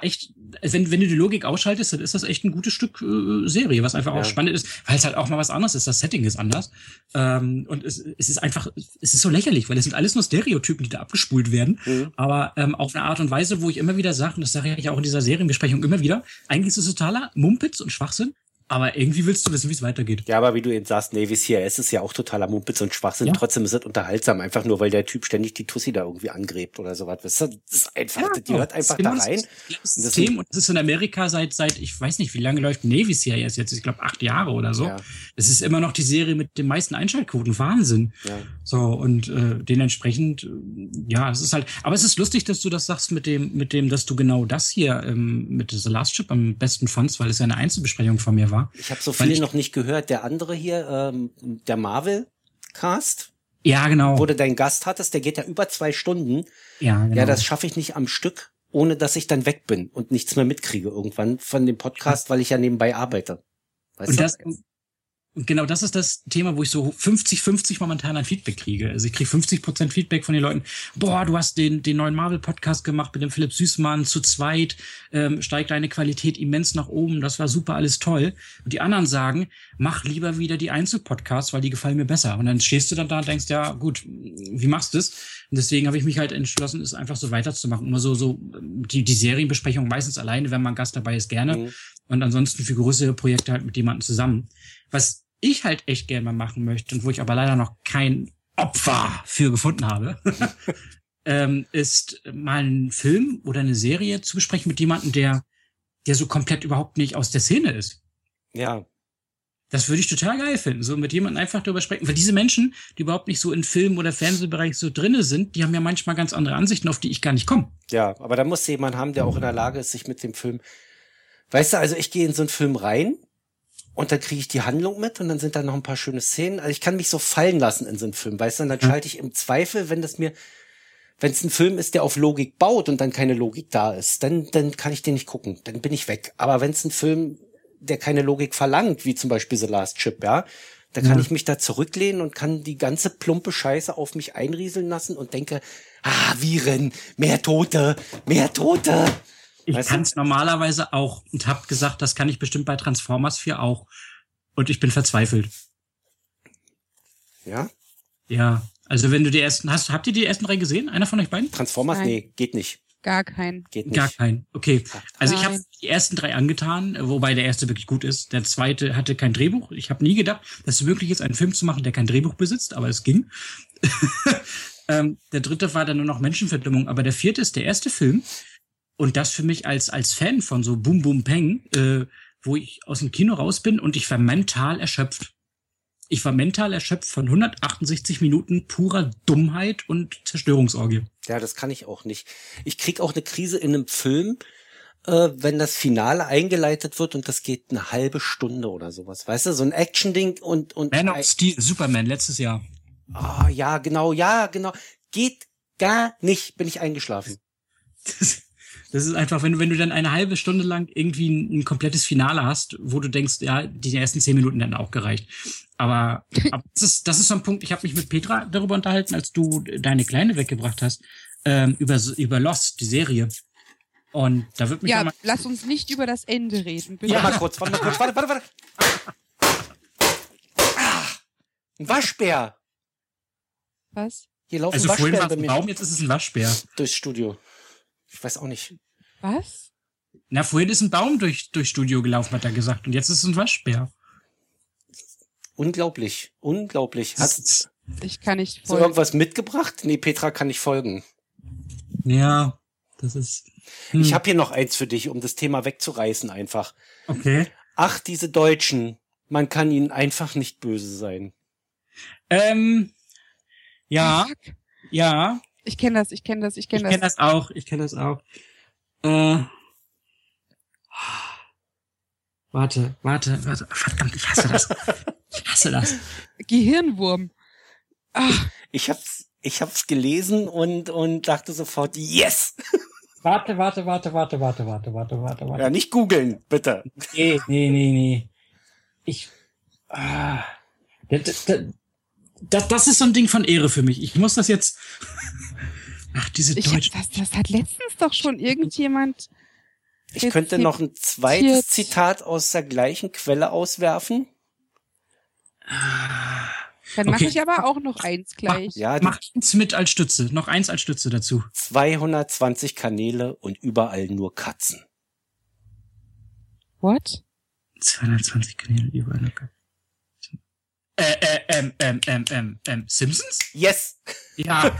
echt, also wenn, wenn du die Logik ausschaltest, dann ist das echt ein gutes Stück äh, Serie, was einfach Ja. auch spannend ist, weil es halt auch mal was anderes ist. Das Setting ist anders. Ähm, und es, es ist einfach, es ist so lächerlich, weil es sind alles nur Stereotypen, die da abgespult werden Mhm. aber ähm, auf eine Art und Weise, wo ich immer wieder sage, und das sage ich auch in dieser Serienbesprechung immer wieder, eigentlich ist es totaler Mumpitz und Schwachsinn, aber irgendwie willst du wissen, wie es weitergeht. Ja, aber wie du eben sagst, nee, wie es hier ist, ist ja auch totaler Mumpitz und Schwachsinn. Ja. Trotzdem ist es unterhaltsam, einfach nur, weil der Typ ständig die Tussi da irgendwie angrebt oder sowas. Weißt du, Das ist einfach, die hört einfach da genau das rein. gleiche Und das- System und das ist in Amerika seit, seit ich weiß nicht, wie lange läuft Navy Series jetzt, ich glaube acht Jahre oder so. Ja. Es ist immer noch die Serie mit den meisten Einschaltquoten, Wahnsinn. Ja. So, und äh, dementsprechend, äh, ja, es ist halt, aber es ist lustig, dass du das sagst mit dem, mit dem, dass du genau das hier ähm, mit The Last Ship am besten fandst, weil es ja eine Einzelbesprechung von mir war. Ich habe so Weil viele ich- noch nicht gehört. Der andere hier, ähm, der Marvel-Cast, Ja, genau. wo du deinen Gast hattest, der geht ja über zwei Stunden. ja, genau. Ja, das schaffe ich nicht am Stück, ohne dass ich dann weg bin und nichts mehr mitkriege irgendwann von dem Podcast, weil ich ja nebenbei arbeite. Weißt und das, und genau das ist das Thema, wo ich so 50-50 momentan an Feedback kriege. Also ich kriege 50% Feedback von den Leuten. Boah, du hast den, den neuen Marvel-Podcast gemacht mit dem Philipp Süßmann zu zweit. Ähm, steigt deine Qualität immens nach oben. Das war super, alles toll. Und die anderen sagen, mach lieber wieder die Einzelpodcasts, weil die gefallen mir besser. Und dann stehst du dann da und denkst, ja gut, wie machst du das? Und deswegen habe ich mich halt entschlossen, es einfach so weiterzumachen. Immer so, so ähm, die, die Serienbesprechung meistens alleine, wenn man Gast dabei ist, gerne. Mhm. Und ansonsten für größere Projekte halt mit jemandem zusammen. Was ich halt echt gerne mal machen möchte und wo ich aber leider noch kein Opfer für gefunden habe, ähm, ist mal einen Film oder eine Serie zu besprechen mit jemandem, der, der so komplett überhaupt nicht aus der Szene ist. Ja, Das würde ich total geil finden, so mit jemandem einfach darüber sprechen. Weil diese Menschen, die überhaupt nicht so in Film- oder Fernsehbereich so drinne sind, die haben ja manchmal ganz andere Ansichten, auf die ich gar nicht komme. ja. Aber da muss jemand haben, der auch in der Lage ist, sich mit dem Film. Weißt du, also ich gehe in so einen Film rein und dann kriege ich die Handlung mit und dann sind da noch ein paar schöne Szenen. Also ich kann mich so fallen lassen in so einen Film, weißt du, und dann schalte ich im Zweifel, wenn das mir, wenn es ein Film ist, der auf Logik baut und dann keine Logik da ist, dann, dann kann ich den nicht gucken, dann bin ich weg. Aber wenn es ein Film, der keine Logik verlangt, wie zum Beispiel The Last Chip, ja, da kann Ja. ich mich da zurücklehnen und kann die ganze plumpe Scheiße auf mich einrieseln lassen und denke, ah, Viren, mehr Tote, mehr Tote. Ich Weißt du? kann es normalerweise auch und hab gesagt, das kann ich bestimmt bei Transformers 4 auch. Und ich bin verzweifelt. Ja, Ja. Also wenn du die ersten hast, habt ihr die ersten drei gesehen? Einer von euch beiden? Transformers, Nein. nee, geht nicht, Gar kein. geht nicht. Gar keinen. Okay. Also ich habe Nein. die ersten drei angetan, wobei der erste wirklich gut ist. Der zweite hatte kein Drehbuch. Ich habe nie gedacht, dass es möglich ist, einen Film zu machen, der kein Drehbuch besitzt, aber es ging. ähm, der dritte war dann nur noch Menschenverdummung, aber der vierte ist der erste Film, Und das für mich als, als Fan von so Boom Boom Peng, äh, wo ich aus dem Kino raus bin und ich war mental erschöpft. Ich war mental erschöpft von 168 Minuten purer Dummheit und Zerstörungsorgie. Ja, das kann ich auch nicht. Ich krieg auch eine Krise in einem Film, äh, wenn das Finale eingeleitet wird und das geht eine halbe Stunde oder sowas. Weißt du, so ein Action-Ding und, und, Man of Steel, Superman letztes Jahr. ah, ja, genau, ja, genau. Geht gar nicht, bin ich eingeschlafen. Das, das ist einfach, wenn du, wenn du dann eine halbe Stunde lang irgendwie ein, ein komplettes Finale hast, wo du denkst, ja, die ersten zehn Minuten hätten auch gereicht. Aber, aber das, ist, das ist so ein Punkt, ich habe mich mit Petra darüber unterhalten, als du deine Kleine weggebracht hast, ähm, über, über Lost, die Serie. Und da wird mich Ja, dann mal, lass uns nicht über das Ende reden. Bitte. Warte mal kurz, warte mal kurz, warte, warte, warte. Ah, ein Waschbär. Was? Hier laufen also vorhin war Waschbären es bei ein mir Baum, jetzt ist es ein Waschbär. durchs Studio. Ich weiß auch nicht. Was? Na, vorhin ist ein Baum durch, durchs Studio gelaufen, hat er gesagt. Und jetzt ist es ein Waschbär. Unglaublich, unglaublich. Hast Ich kann nicht du folgen. irgendwas mitgebracht? Nee, Petra kann nicht folgen. Ja, das ist. Hm, Ich habe hier noch eins für dich, um das Thema wegzureißen einfach. Okay. Ach, diese Deutschen. Man kann ihnen einfach nicht böse sein. Ähm, ja, Fuck. ja. Ich kenne das, ich kenne das, ich Ich kenne kenne das. das auch. Ich kenne das auch. Äh, warte, warte, warte. Verdammt, ich hasse das. Ich hasse das. Gehirnwurm. Ach, Ich hab's, ich hab's gelesen und, und dachte sofort, yes! Warte, warte, warte, warte, warte, warte, warte, warte, Ja, Äh, nicht googeln, bitte. Nee, nee, nee, nee. Ich. Ah, das, das, das ist so ein Ding von Ehre für mich. Ich muss das jetzt. Ach, diese ich hab, Deutsch. das, das hat letztens doch schon irgendjemand. Ich könnte noch ein zweites Jetzt. Zitat aus der gleichen Quelle auswerfen. Dann mache Okay. ich aber auch noch eins gleich. Ja, die Mach eins Ah. mit als Stütze. Noch eins als Stütze dazu. 220 Kanäle und überall nur Katzen. What? 220 Kanäle überall. locker. Äh, äh, ähm, ähm, ähm, ähm, ähm, Simpsons? Yes! Ja.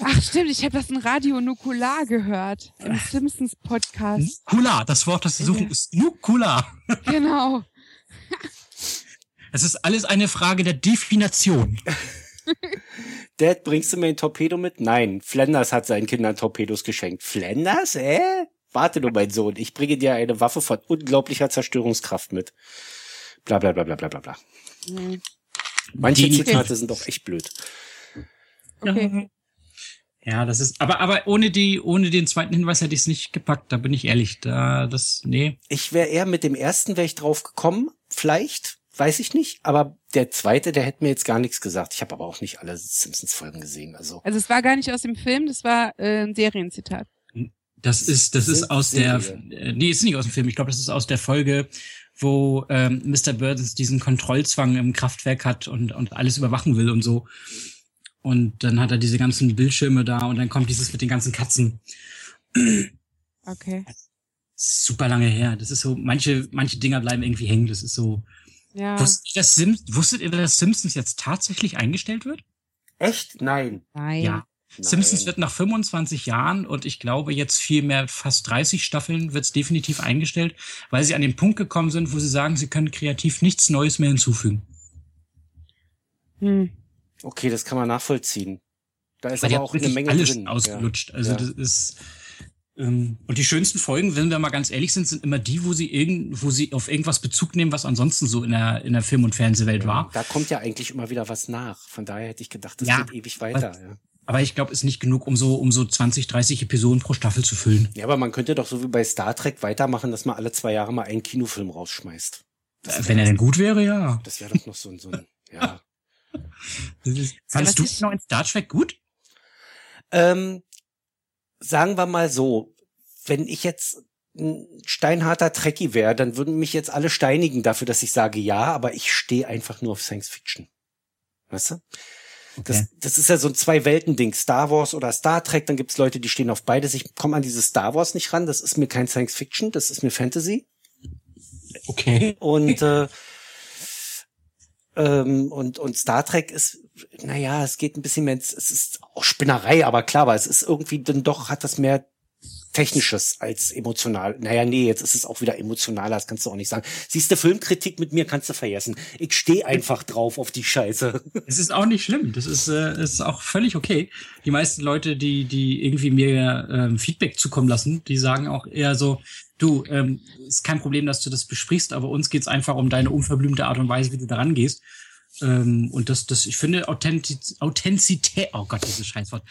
Ach stimmt, ich habe das in Radio Nukular gehört. Im Simpsons Hm? Podcast. Nukula, das Wort, das wir suchen, ist Nukula. Genau. Es ist alles eine Frage der Definition. Dad, bringst du mir ein Torpedo mit? Nein, Flanders hat seinen Kindern Torpedos geschenkt. Flanders? Äh? Warte nur, mein Sohn. Ich bringe dir eine Waffe von unglaublicher Zerstörungskraft mit. Bla bla bla bla bla bla bla. Hm, Manche Die- Zitate sind doch echt blöd. Okay. Ja, das ist, aber, aber ohne die, ohne den zweiten Hinweis hätte ich es nicht gepackt, da bin ich ehrlich, da, das, nee. Ich wäre eher mit dem ersten wäre ich drauf gekommen, vielleicht, weiß ich nicht, aber der zweite, der hätte mir jetzt gar nichts gesagt. Ich habe aber auch nicht alle Simpsons Folgen gesehen, also Also es war gar nicht aus dem Film, das war äh, ein Serienzitat. Das ist, das ist aus der, äh, nee, ist nicht aus dem Film. Ich glaube, das ist aus der Folge, wo ähm, Mr. Burns diesen Kontrollzwang im Kraftwerk hat und, und alles überwachen will und so. Und dann hat er diese ganzen Bildschirme da und dann kommt dieses mit den ganzen Katzen. Okay. Super lange her. Das ist so, manche, manche Dinger bleiben irgendwie hängen. Das ist so. Ja. Wusstet, ihr, dass Sim Wusstet ihr, dass Simpsons jetzt tatsächlich eingestellt wird? echt nein. Nein. Ja. nein. Simpsons wird nach 25 Jahren und ich glaube jetzt viel mehr, fast 30 Staffeln wird es definitiv eingestellt, weil sie an den Punkt gekommen sind, wo sie sagen, sie können kreativ nichts Neues mehr hinzufügen. Hm. Okay, das kann man nachvollziehen. Da ist die aber haben auch eine wirklich Menge alles drin. ausgelutscht. Also Ja. das ist ähm, und die schönsten Folgen, wenn wir mal ganz ehrlich sind, sind immer die, wo sie irgend, wo sie auf irgendwas Bezug nehmen, was ansonsten so in der in der Film- und Fernsehwelt Ja. war. Da kommt ja eigentlich immer wieder was nach. Von daher hätte ich gedacht, das Ja. geht ewig weiter. Ja. Aber ich glaube, ist nicht genug, um so um so 20, 30 Episoden pro Staffel zu füllen. ja, aber man könnte doch so wie bei Star Trek weitermachen, dass man alle zwei Jahre mal einen Kinofilm rausschmeißt. Äh, Wenn er denn gut wäre, ja. Das wäre doch noch so ein, so ein ja. Fandest du das ist- noch in Star Trek gut? Ähm, sagen wir mal so, wenn ich jetzt ein steinharter Trekkie wäre, dann würden mich jetzt alle steinigen dafür, dass ich sage ja, aber ich stehe einfach nur auf Science Fiction. Weißt du? Das, das ist ja so ein Zwei-Welten-Ding. Star Wars oder Star Trek, dann gibt's Leute, die stehen auf beides. Ich komme an dieses Star Wars nicht ran. Das ist mir kein Science Fiction, das ist mir Fantasy. Okay. Und äh, Ähm, und, und Star Trek ist, naja, es geht ein bisschen mehr, ins- es ist auch Spinnerei, aber klar, aber es ist irgendwie dann doch, hat das mehr Technisches als emotional. Naja, nee, jetzt ist es auch wieder emotionaler, das kannst du auch nicht sagen. Siehst du, Filmkritik mit mir kannst du vergessen. Ich stehe einfach drauf auf die Scheiße. Es ist auch nicht schlimm. Das ist, äh, ist auch völlig okay. Die meisten Leute, die, die irgendwie mir ähm, Feedback zukommen lassen, die sagen auch eher so, du, ähm, ist kein Problem, dass du das besprichst, aber uns geht's einfach um deine unverblümte Art und Weise, wie du daran gehst. Ähm, und das, das, ich finde Authentiz Authentizität, oh Gott, dieses Scheißwort.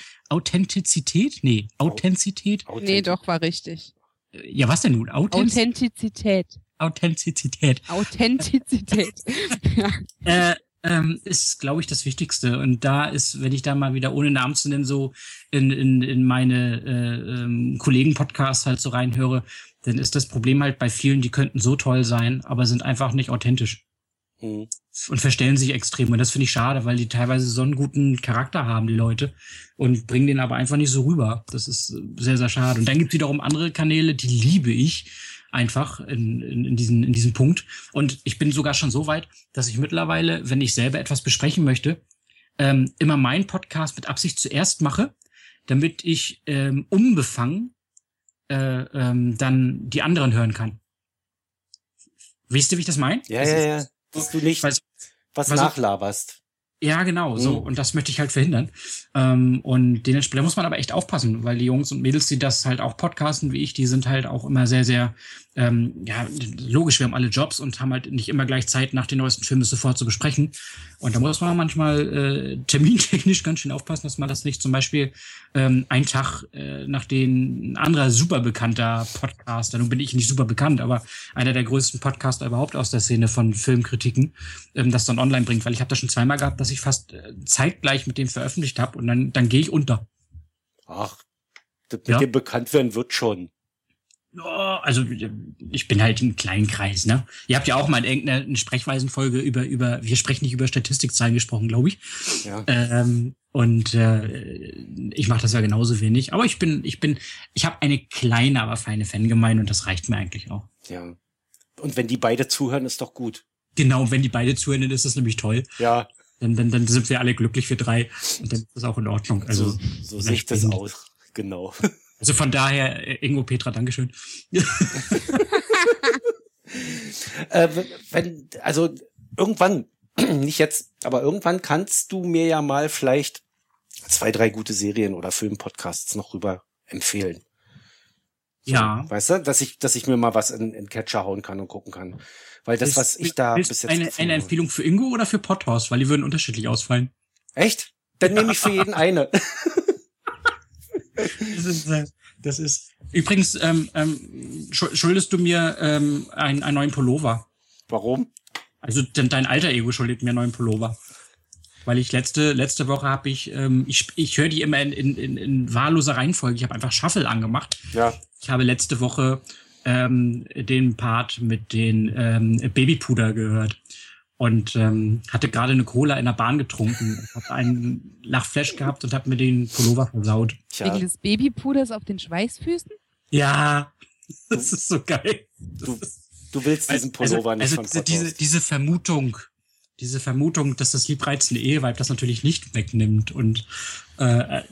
Authentizität? Nee, Authentizität? Nee, doch, war richtig. Ja, was denn nun? Authentiz Authentizität. Authentizität. Authentizität. ja. äh, ähm, ist, glaube ich, das Wichtigste. Und da ist, wenn ich da mal wieder ohne Namen zu nennen, so in, in, in meine äh, ähm, Kollegen-Podcasts halt so reinhöre, dann ist das Problem halt bei vielen, die könnten so toll sein, aber sind einfach nicht authentisch Hm. und verstellen sich extrem. Und das finde ich schade, weil die teilweise so einen guten Charakter haben, die Leute, und bringen den aber einfach nicht so rüber. Das ist äh, sehr, sehr schade. Und dann gibt es wiederum andere Kanäle, die liebe ich einfach in, in, in, diesen, in diesem Punkt. Und ich bin sogar schon so weit, dass ich mittlerweile, wenn ich selber etwas besprechen möchte, ähm, immer meinen Podcast mit Absicht zuerst mache, damit ich ähm, unbefangen äh, ähm, dann die anderen hören kann. Weißt du, wie ich das meine? Ja, Das ja, ist- ja. Dass du nicht Weil so- was weil so- nachlaberst. ja, genau, so. Mhm. Und das möchte ich halt verhindern. Ähm, und dementsprechend da muss man aber echt aufpassen, weil die Jungs und Mädels, die das halt auch podcasten wie ich, die sind halt auch immer sehr, sehr, ähm, ja, logisch, wir haben alle Jobs und haben halt nicht immer gleich Zeit, nach den neuesten Filmen es sofort zu besprechen. Und da muss man manchmal äh, termintechnisch ganz schön aufpassen, dass man das nicht zum Beispiel ähm, einen Tag, äh, nachdem ein anderer super bekannter Podcaster, nun bin ich nicht super bekannt, aber einer der größten Podcaster überhaupt aus der Szene von Filmkritiken, ähm, das dann online bringt, weil ich habe das schon zweimal gehabt, dass ich fast äh, zeitgleich mit dem veröffentlicht habe und dann, dann gehe ich unter. Ach, das mit Ja. dem Bekanntwerden wird schon. Ja, also ich bin halt im kleinen Kreis, ne? Ihr habt ja auch mal in irgendeiner Sprechweisenfolge über, über, wir sprechen nicht über Statistikzahlen gesprochen, glaube ich. Ja. Ähm, und äh, ich mache das ja genauso wenig. Aber ich bin, ich bin, ich habe eine kleine, aber feine Fangemeinde und das reicht mir eigentlich auch. Ja. Und wenn die beide zuhören, ist doch gut. Genau, wenn die beide zuhören, dann ist das nämlich toll. Ja, Dann, dann, dann sind wir alle glücklich, wir drei. Und dann ist das auch in Ordnung. Also, so, so sehe ich das aus. Genau. also von daher, äh, Ingo Petra, Dankeschön. äh, wenn, also irgendwann, nicht jetzt, aber irgendwann kannst du mir ja mal vielleicht zwei, drei gute Serien oder Filmpodcasts noch rüber empfehlen. So, Ja. Weißt du, dass ich, dass ich mir mal was in, in Catcher hauen kann und gucken kann. Weil das, was ich da Willst bis du jetzt. Eine, gefunden eine habe- Empfehlung für Ingo oder für Potthorst, weil die würden unterschiedlich ausfallen. Echt? Dann nehme ich für jeden eine. Das ist, äh, das ist Übrigens, ähm, ähm, schu- schuldest du mir ähm, einen, einen neuen Pullover. Warum? Also de dein alter Ego schuldet mir einen neuen Pullover. Weil ich letzte, letzte Woche habe ich, ähm, ich, ich höre die immer in, in, in, in wahlloser Reihenfolge. Ich habe einfach Shuffle angemacht. Ja. Ich habe letzte Woche ähm, den Part mit den ähm, Babypuder gehört und ähm, hatte gerade eine Cola in der Bahn getrunken, habe einen Lachflash gehabt und habe mir den Pullover versaut. Tja, Wegen des Babypuders auf den Schweißfüßen? Ja, das ist so geil. du, du willst diesen Pullover nicht also, von also Potthorst. diese, diese Vermutung, diese Vermutung, dass das liebreizende Eheweib das natürlich nicht wegnimmt und äh,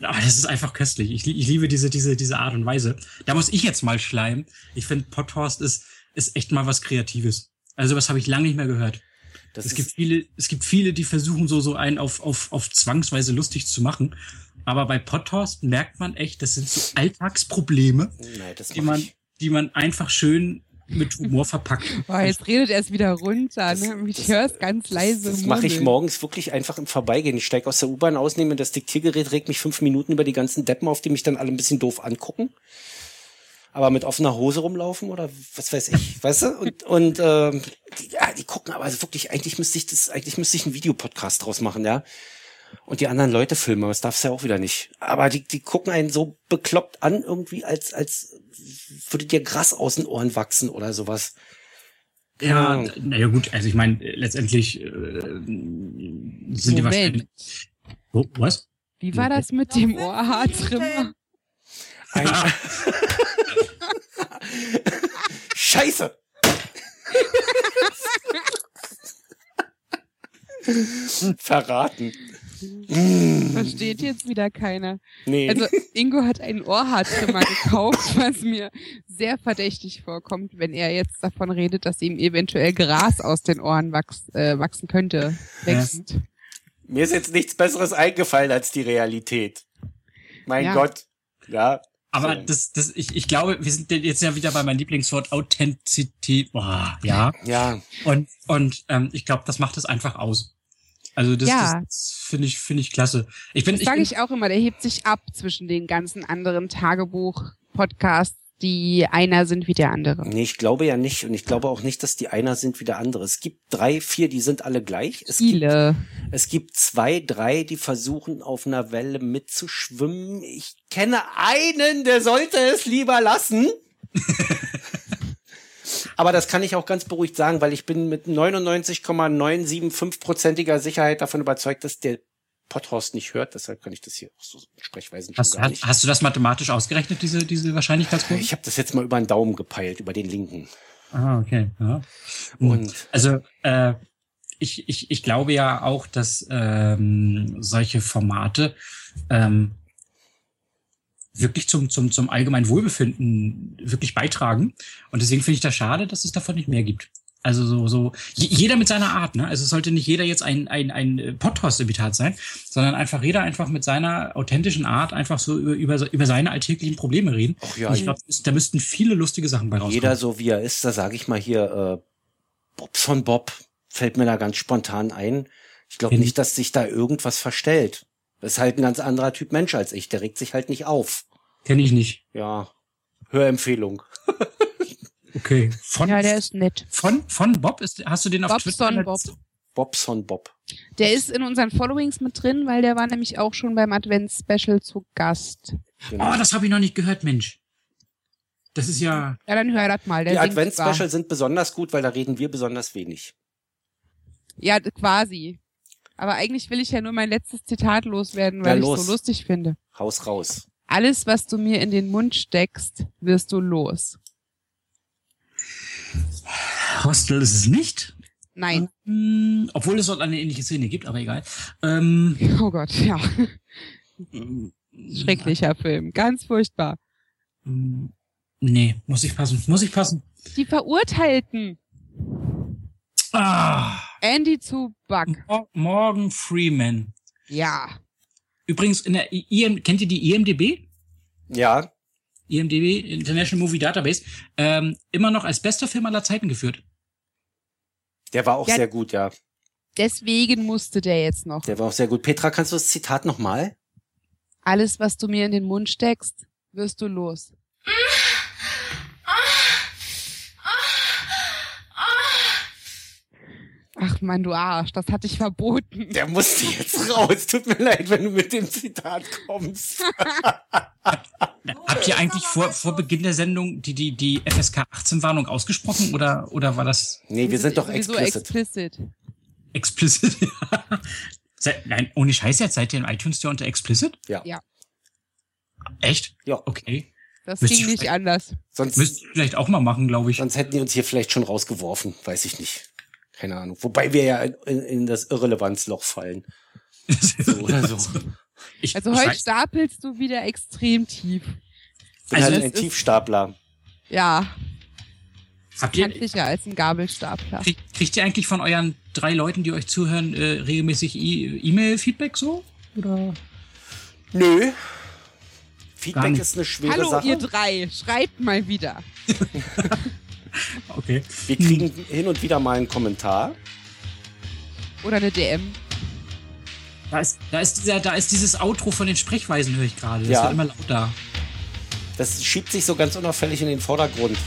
aber das ist einfach köstlich. Ich, lie- ich liebe diese, diese, diese Art und Weise. Da muss ich jetzt mal schleimen. Ich finde, Podhorst ist, ist echt mal was Kreatives. Also was habe ich lange nicht mehr gehört. das es ist- gibt viele, es gibt viele, die versuchen so so einen auf, auf, auf zwangsweise lustig zu machen. Aber bei Podhorst merkt man echt, das sind so Alltagsprobleme, Nein, das die mach man, ich. die man einfach schön mit Humor verpackt. Boah, jetzt redet er es wieder runter, Das- ne? Ich das- höre es ganz leise. Das mache ich murmeln. morgens wirklich einfach im Vorbeigehen. Ich steige aus der U-Bahn aus, nehme das Diktiergerät, reg mich fünf Minuten über die ganzen Deppen auf, die mich dann alle ein bisschen doof angucken. Aber mit offener Hose rumlaufen oder was weiß ich, weißt du? Und, und ähm, die, ja, die gucken aber also wirklich, eigentlich müsste ich das, eigentlich müsste ich einen Videopodcast draus machen, ja. Und die anderen Leute filmen, aber das darf's ja auch wieder nicht. Aber die, die gucken einen so bekloppt an, irgendwie, als, als würde dir Gras aus den Ohren wachsen oder sowas. Ja, Ahnung. naja gut, also ich meine, äh, letztendlich äh, sind die wahrscheinlich. Moment. Oh, was? Wie war das mit dem Ohrhaartrimmer? Ein- Scheiße! Verraten. Mm, Versteht jetzt wieder keiner. nee. Also Ingo hat einen Ohrharztrimmer gekauft, was mir sehr verdächtig vorkommt, wenn er jetzt davon redet, dass ihm eventuell Gras aus den Ohren wachs, äh, wachsen könnte. Wächst. Mir ist jetzt nichts Besseres eingefallen als die Realität. Mein Ja. Gott. Ja. Aber So. das, das, ich, ich glaube, wir sind jetzt ja wieder bei meinem Lieblingswort Authentizität. Boah, ja. Ja. Und, und ähm, ich glaube, das macht es einfach aus. Also das, Ja. das finde ich, finde ich klasse. Ich bin, Das ich sage bin ich auch immer, der hebt sich ab zwischen den ganzen anderen Tagebuch-Podcasts, die einer sind wie der andere. Nee, ich glaube ja nicht. Und ich glaube auch nicht, dass die einer sind wie der andere. Es gibt drei, vier, die sind alle gleich. Es Gibt, Viele. es gibt zwei, drei, die versuchen, auf einer Welle mitzuschwimmen. Ich kenne einen, der sollte es lieber lassen. Aber das kann ich auch ganz beruhigt sagen, weil ich bin mit 99,975%iger Sicherheit davon überzeugt, dass der Potthorst nicht hört. Deshalb kann ich das hier auch so Sprechweisen schon hast, gar nicht. hast, hast du das mathematisch ausgerechnet, diese, diese Wahrscheinlichkeitskurve? Ich habe das jetzt mal über den Daumen gepeilt, über den linken. Ah, okay. Ja. Und Also äh, ich, ich, ich glaube ja auch, dass ähm, solche Formate ähm, wirklich zum, zum, zum allgemeinen Wohlbefinden wirklich beitragen. Und deswegen finde ich das schade, dass es davon nicht mehr gibt. Also so, so je- jeder mit seiner Art, ne? Also es sollte nicht jeder jetzt ein, ein, ein Podcast-Imitat sein, sondern einfach jeder einfach mit seiner authentischen Art einfach so über, über, über seine alltäglichen Probleme reden. Ach ja, Und ich glaube, da müssten viele lustige Sachen bei rauskommen. jeder so wie er ist, da sage ich mal hier, äh, Bob von Bob fällt mir da ganz spontan ein. Ich glaube Mhm. nicht, dass sich da irgendwas verstellt. Ist halt ein ganz anderer Typ Mensch als ich. Der regt sich halt nicht auf. kenne ich nicht. Ja, Hörempfehlung. Okay. Von, Ja, der ist nett. Von, von Bob ist, hast du den auf Bobson Twitter? Bob. Bobson Bob. Der ist in unseren Followings mit drin, weil der war nämlich auch schon beim Advents-Special zu Gast. Genau. Oh, das habe ich noch nicht gehört, Mensch. Das ist ja, Ja, dann hör das mal. Der Die singt Advents-Special sind besonders gut, weil da reden wir besonders wenig. sogar. Ja, quasi. Aber eigentlich will ich ja nur mein letztes Zitat loswerden, Na, weil ich los. es so lustig finde. Haus raus. Alles, was du mir in den Mund steckst, wirst du los. Hostel ist es nicht. Nein. Hm, obwohl es dort eine ähnliche Szene gibt, aber egal. Ähm, Hm? Oh Gott, ja. Schrecklicher Film. Ganz furchtbar. ähm, Nee, muss ich passen, muss ich passen. Die Verurteilten. Ah, Andy zu Buck. Mor- Morgan Freeman. Ja. Übrigens, in der I IM, kennt ihr die IMDB? Ja, IMDB, International Movie Database, ähm, immer noch als bester Film aller Zeiten geführt. der war auch Ja. sehr gut, ja. Deswegen musste der jetzt noch. Der war auch sehr gut. Petra, kannst du das Zitat nochmal? Alles, was du mir in den Mund steckst, wirst du los. Ach man, du Arsch, das hatte ich verboten. Der musste jetzt raus. Tut mir leid, wenn du mit dem Zitat kommst. Habt ihr eigentlich vor, vor Beginn der Sendung die, die, die FSK 18 Warnung ausgesprochen oder, oder war das Nee, wir sind doch Wieso explicit. explicit? explicit? Seit, nein, ohne Scheiß jetzt, seid ihr im iTunes Store unter explicit? Ja. Ja. Echt? Ja. Okay. Das Müsste ging ich nicht vielleicht- anders. Sonst, Müsst ihr vielleicht auch mal machen, glaube ich. sonst hätten die uns hier vielleicht schon rausgeworfen. Weiß ich nicht. Keine Ahnung. Wobei wir ja in, in, in das Irrelevanzloch fallen. So oder so. Ich, Also ich heute weiß- stapelst du wieder extrem tief. Ich bin Also halt es ein ist- Tiefstapler. Ja, habt ganz ihr, sicher als ein Gabelstapler. krieg, kriegt ihr eigentlich von euren drei Leuten, die euch zuhören, äh, regelmäßig E- E-Mail-Feedback so? Oder? Nö. Gar Feedback nicht. ist eine schwere Hallo Sache. ihr drei, schreibt mal wieder. Okay. Wir kriegen hin und wieder mal einen Kommentar. Oder eine DM. Da ist, da ist dieser, da ist dieses Outro von den Sprechweisen, höre ich gerade. Das Ja. wird immer lauter. Das schiebt sich so ganz unauffällig in den Vordergrund.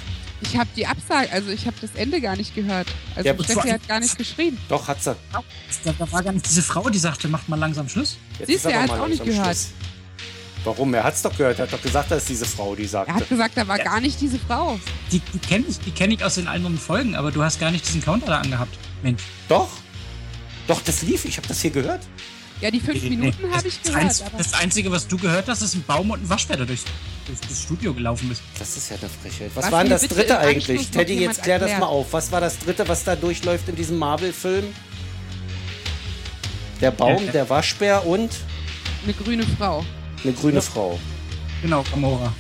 Ich habe die Absage, also ich habe das Ende gar nicht gehört. Also Ja, Steffi vor- hat gar nicht geschrieben. Doch, hat sie. Da, da war gar nicht diese Frau, die sagte, macht mal langsam Schluss. Jetzt Siehst du, aber er hat's mal auch nicht langsam gehört. Schluss. Warum? Er hat's doch gehört. Er hat doch gesagt, dass diese Frau, die Er sagte. hat gesagt, da war Ja. gar nicht diese Frau. Die, die kenne ich, die kenn ich aus den anderen Folgen, aber du hast gar nicht diesen Counter da angehabt. Mensch. Doch. Doch, das lief. Ich habe das hier gehört. Ja, die fünf Minuten habe ich das, gehört. einz- Aber das Einzige, was du gehört hast, ist ein Baum und ein Waschbär, durch, durch das Studio gelaufen ist. Das ist ja eine Frechheit. Was, Was war denn mir das bitte dritte im Anschluss eigentlich? noch Teddy, jemand jetzt klär das erklärt. mal auf. Was war das dritte, was da durchläuft in diesem Marvel-Film? Der Baum, der Waschbär und Eine grüne Frau. eine grüne Frau. Genau, Gamora.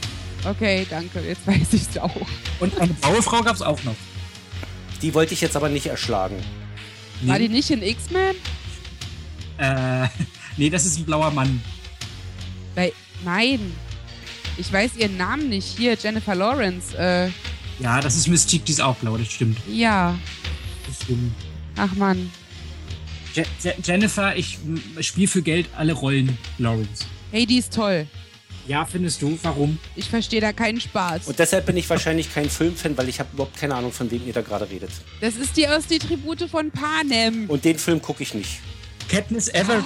Okay, danke. Jetzt weiß ich es auch. Und eine blaue Frau gab's auch noch. Die wollte ich jetzt aber nicht erschlagen. War die nicht in X-Men? Äh, nee, das ist ein blauer Mann. Bei- Nein. Ich weiß ihren Namen nicht. Hier, Jennifer Lawrence. Äh, Ja, das ist Mystique, die ist auch blau, das stimmt. ja. Deswegen. Ach man. Je Je Jennifer, ich spiele für Geld alle Rollen, Lawrence. Hey, die ist toll. Ja, findest du? Warum? Ich verstehe da keinen Spaß. Und deshalb bin ich wahrscheinlich kein Filmfan, weil ich habe überhaupt keine Ahnung, von wem ihr da gerade redet. Das ist die aus die Tribute von Panem. Und den Film gucke ich nicht. Katniss Ever.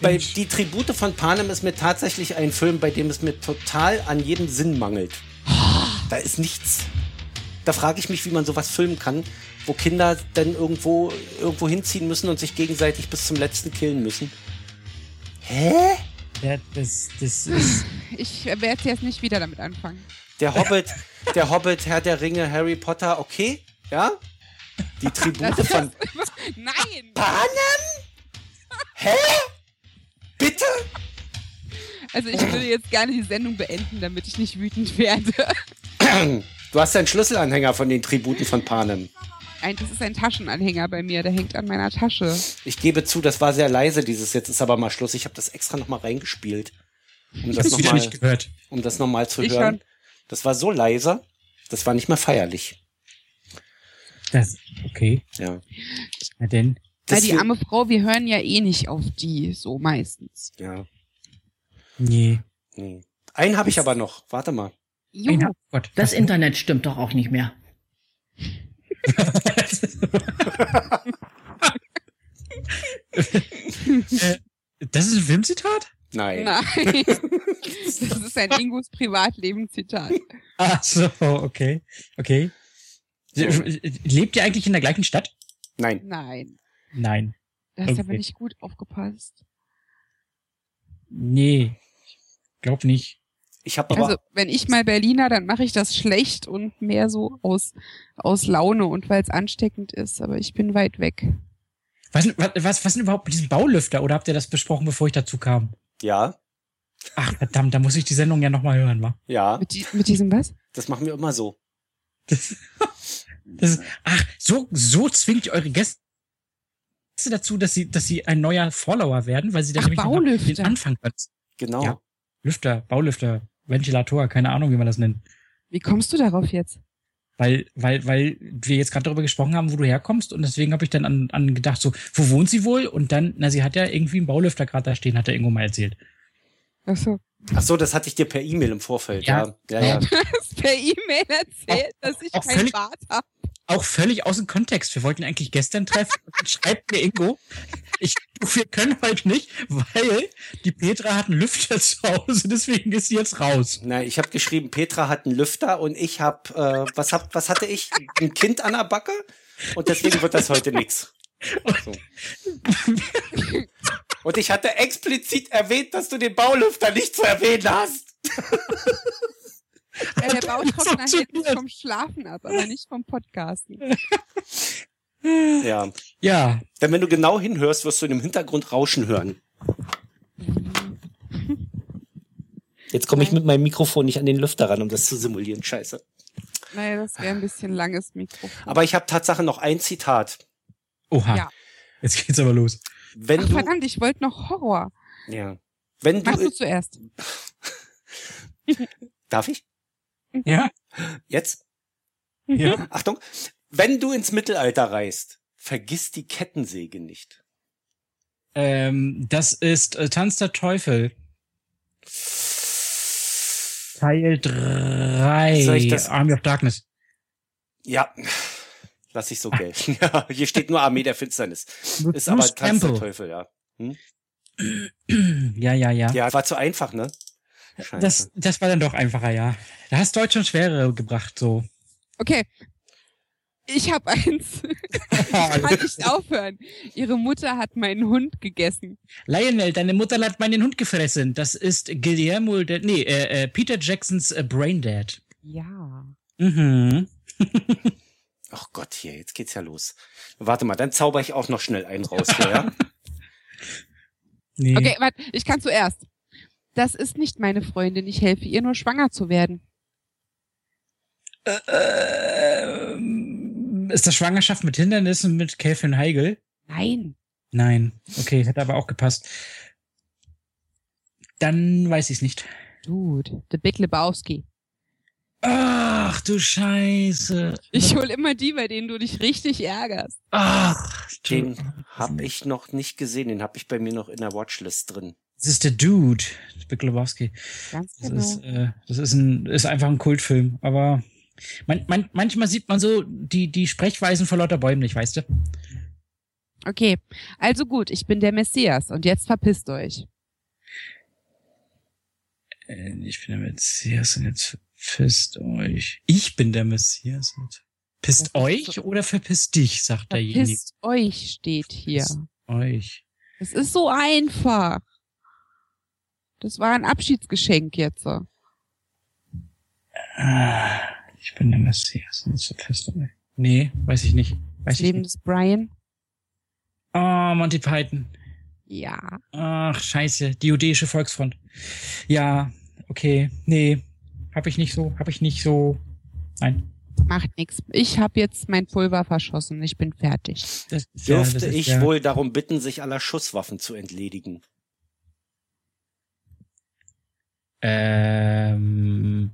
Bei Die Tribute von Panem ist mir tatsächlich ein Film, bei dem es mir total an jedem Sinn mangelt. Da ist nichts. Da frage ich mich, wie man sowas filmen kann, wo Kinder dann irgendwo, irgendwo hinziehen müssen und sich gegenseitig bis zum letzten killen müssen. Hä? Ja, das, das ist. Ich werde jetzt nicht wieder damit anfangen. Der Hobbit, der Hobbit, Herr der Ringe, Harry Potter, okay, ja? Die Tribute von Nein! Panem? Hä? Bitte? Also ich würde jetzt gerne die Sendung beenden, damit ich nicht wütend werde. Du hast einen Schlüsselanhänger von den Tributen von Panem. Ein, das ist ein Taschenanhänger bei mir, der hängt an meiner Tasche. Ich gebe zu, das war sehr leise dieses Jetzt ist aber mal Schluss. Ich habe das extra nochmal reingespielt, um das wieder nochmal nicht gehört. um das noch mal zu Ich hören. schon. Das war so leise, das war nicht mehr feierlich. Das, okay. Ja. Na denn. Weil die Deswegen- arme Frau, wir hören ja eh nicht auf die, so meistens. ja. Nee. nee. Einen habe ich aber noch. Warte mal. Juhu. Ja, Oh Gott. Das Internet stimmt doch auch nicht mehr. Äh, das ist ein Filmzitat? Nein. Nein. Das ist ein Ingos Privatleben-Zitat. Ach so, okay. Okay. So. Lebt ihr eigentlich in der gleichen Stadt? Nein. Nein. Nein. Da hast du aber Okay. nicht gut aufgepasst. Nee. Glaub nicht. Ich habe aber Also, wenn ich mal Berliner, dann mache ich das schlecht und mehr so aus, aus Laune und weil es ansteckend ist. Aber ich bin weit weg. Was, was, was, was denn überhaupt mit diesem Baulüfter? Oder habt ihr das besprochen, bevor ich dazu kam? ja, Ach, verdammt, da muss ich die Sendung ja nochmal hören, wa? ja, Mit, die, mit diesem was? das machen wir immer so. Das, das ist, ach, so, so zwingt ihr eure Gäste dazu, dass sie, dass sie ein neuer Follower werden, weil sie dann Ach, nämlich nochmal Baulüfter. den Anfang können. Genau. Ja. Lüfter, Baulüfter, Ventilator, keine Ahnung, wie man das nennt. Wie kommst du darauf jetzt? Weil, weil, weil wir jetzt gerade darüber gesprochen haben, wo du herkommst und deswegen habe ich dann an, an gedacht, so, wo wohnt sie wohl? Und dann, na, sie hat ja irgendwie einen Baulüfter gerade da stehen, hat er Ingo mal erzählt. Ach so. Ach so, das hatte ich dir per E-Mail im Vorfeld. Ja, Ja. ja, ja. hast per E-Mail erzählt, dass ich auch keinen völlig- Bart habe. Auch völlig aus dem Kontext. Wir wollten ihn eigentlich gestern treffen. Und dann schreibt mir Ingo, ich, du, wir können heute nicht, weil die Petra hat einen Lüfter zu Hause, deswegen ist sie jetzt raus. Nein, ich habe geschrieben, Petra hat einen Lüfter und ich habe, äh, was hab, was hatte ich? Ein Kind an der Backe und deswegen wird das heute nichts. So. Und ich hatte explizit erwähnt, dass du den Baulüfter nicht zu erwähnen hast. Ja, der Bautrockner Das hält mich funktioniert. vom Schlafen ab, aber nicht vom Podcasten. Ja, Ja, denn wenn du genau hinhörst, wirst du in dem Hintergrund Rauschen hören. Jetzt komme ich mit meinem Mikrofon nicht an den Lüfter ran, um das zu simulieren. Scheiße. Naja, das wäre ein bisschen langes Mikrofon. Aber ich habe Tatsache noch ein Zitat. oha. Ja. Jetzt geht's aber los. Wenn Ach, du, verdammt, ich wollte noch Horror. ja, wenn Machst du du, zuerst. darf ich? Mhm. Ja, Jetzt? ja. Achtung, wenn du ins Mittelalter reist, vergiss die Kettensäge nicht. Ähm, das ist äh, Tanz der Teufel. Teil 3. Soll ich das- Army of Darkness. Ja, lass ich so Ah. gelten. Ja, hier steht nur Armee der Finsternis. Ist aber Bruce Tanz der Campbell. Teufel, ja. ja, ja, ja. Ja, also. war zu einfach, ne? Scheiße. das, das war dann doch einfacher, ja. Da hast Deutsch schon schwere gebracht, so. Okay. Ich habe eins. Ich kann nicht aufhören. Ihre Mutter hat meinen Hund gegessen. Lionel, deine Mutter hat meinen Hund gefressen. Das ist Guillermo, de, nee, äh, äh, Peter Jacksons äh, Braindead. Ja. Mhm. Ach Gott, hier, jetzt geht's ja los. Warte mal, dann zauber ich auch noch schnell einen raus, hier, ja? Nee. Okay, warte, ich kann zuerst. Das ist nicht meine Freundin, ich helfe ihr nur schwanger zu werden. Äh, ähm, ist das Schwangerschaft mit Hindernissen mit Catherine Heigl? Nein. Nein. Okay, hätte aber auch gepasst. Dann weiß ich es nicht. Dude, The Big Lebowski. Ach du Scheiße. Ich hol immer die, bei denen du dich richtig ärgerst. Ach, du. Den habe ich noch nicht gesehen. Den habe ich bei mir noch in der Watchlist drin. Das ist der Dude, Big Lebowski. Ganz Das genau. ist, äh, das ist, ein, ist einfach ein Kultfilm. Aber man, man, manchmal sieht man so die, die Sprechweisen von lauter Bäumen nicht, weißt du? Okay, also gut, ich bin der Messias und jetzt verpisst euch. Äh, Ich bin der Messias und jetzt verpisst euch. Ich bin der Messias und pisst euch oder verpisst dich, sagt derjenige. Verpisst euch steht hier. Euch. Es ist so einfach. Das war ein Abschiedsgeschenk jetzt. so. Ah, Ich bin der Messias und jetzt verpisst euch. Nee, weiß ich nicht. Das Weiß ich Leben nicht. des Brian. Oh, Monty Python. Ja. Ach, scheiße, die jüdische Volksfront. Ja, okay, nee, hab ich nicht so, hab ich nicht so. Nein. Macht nichts. Ich habe jetzt mein Pulver verschossen. Ich bin fertig. Das ist ja- Dürfte das ist ich ja- wohl darum bitten, sich aller Schusswaffen zu entledigen. Ähm,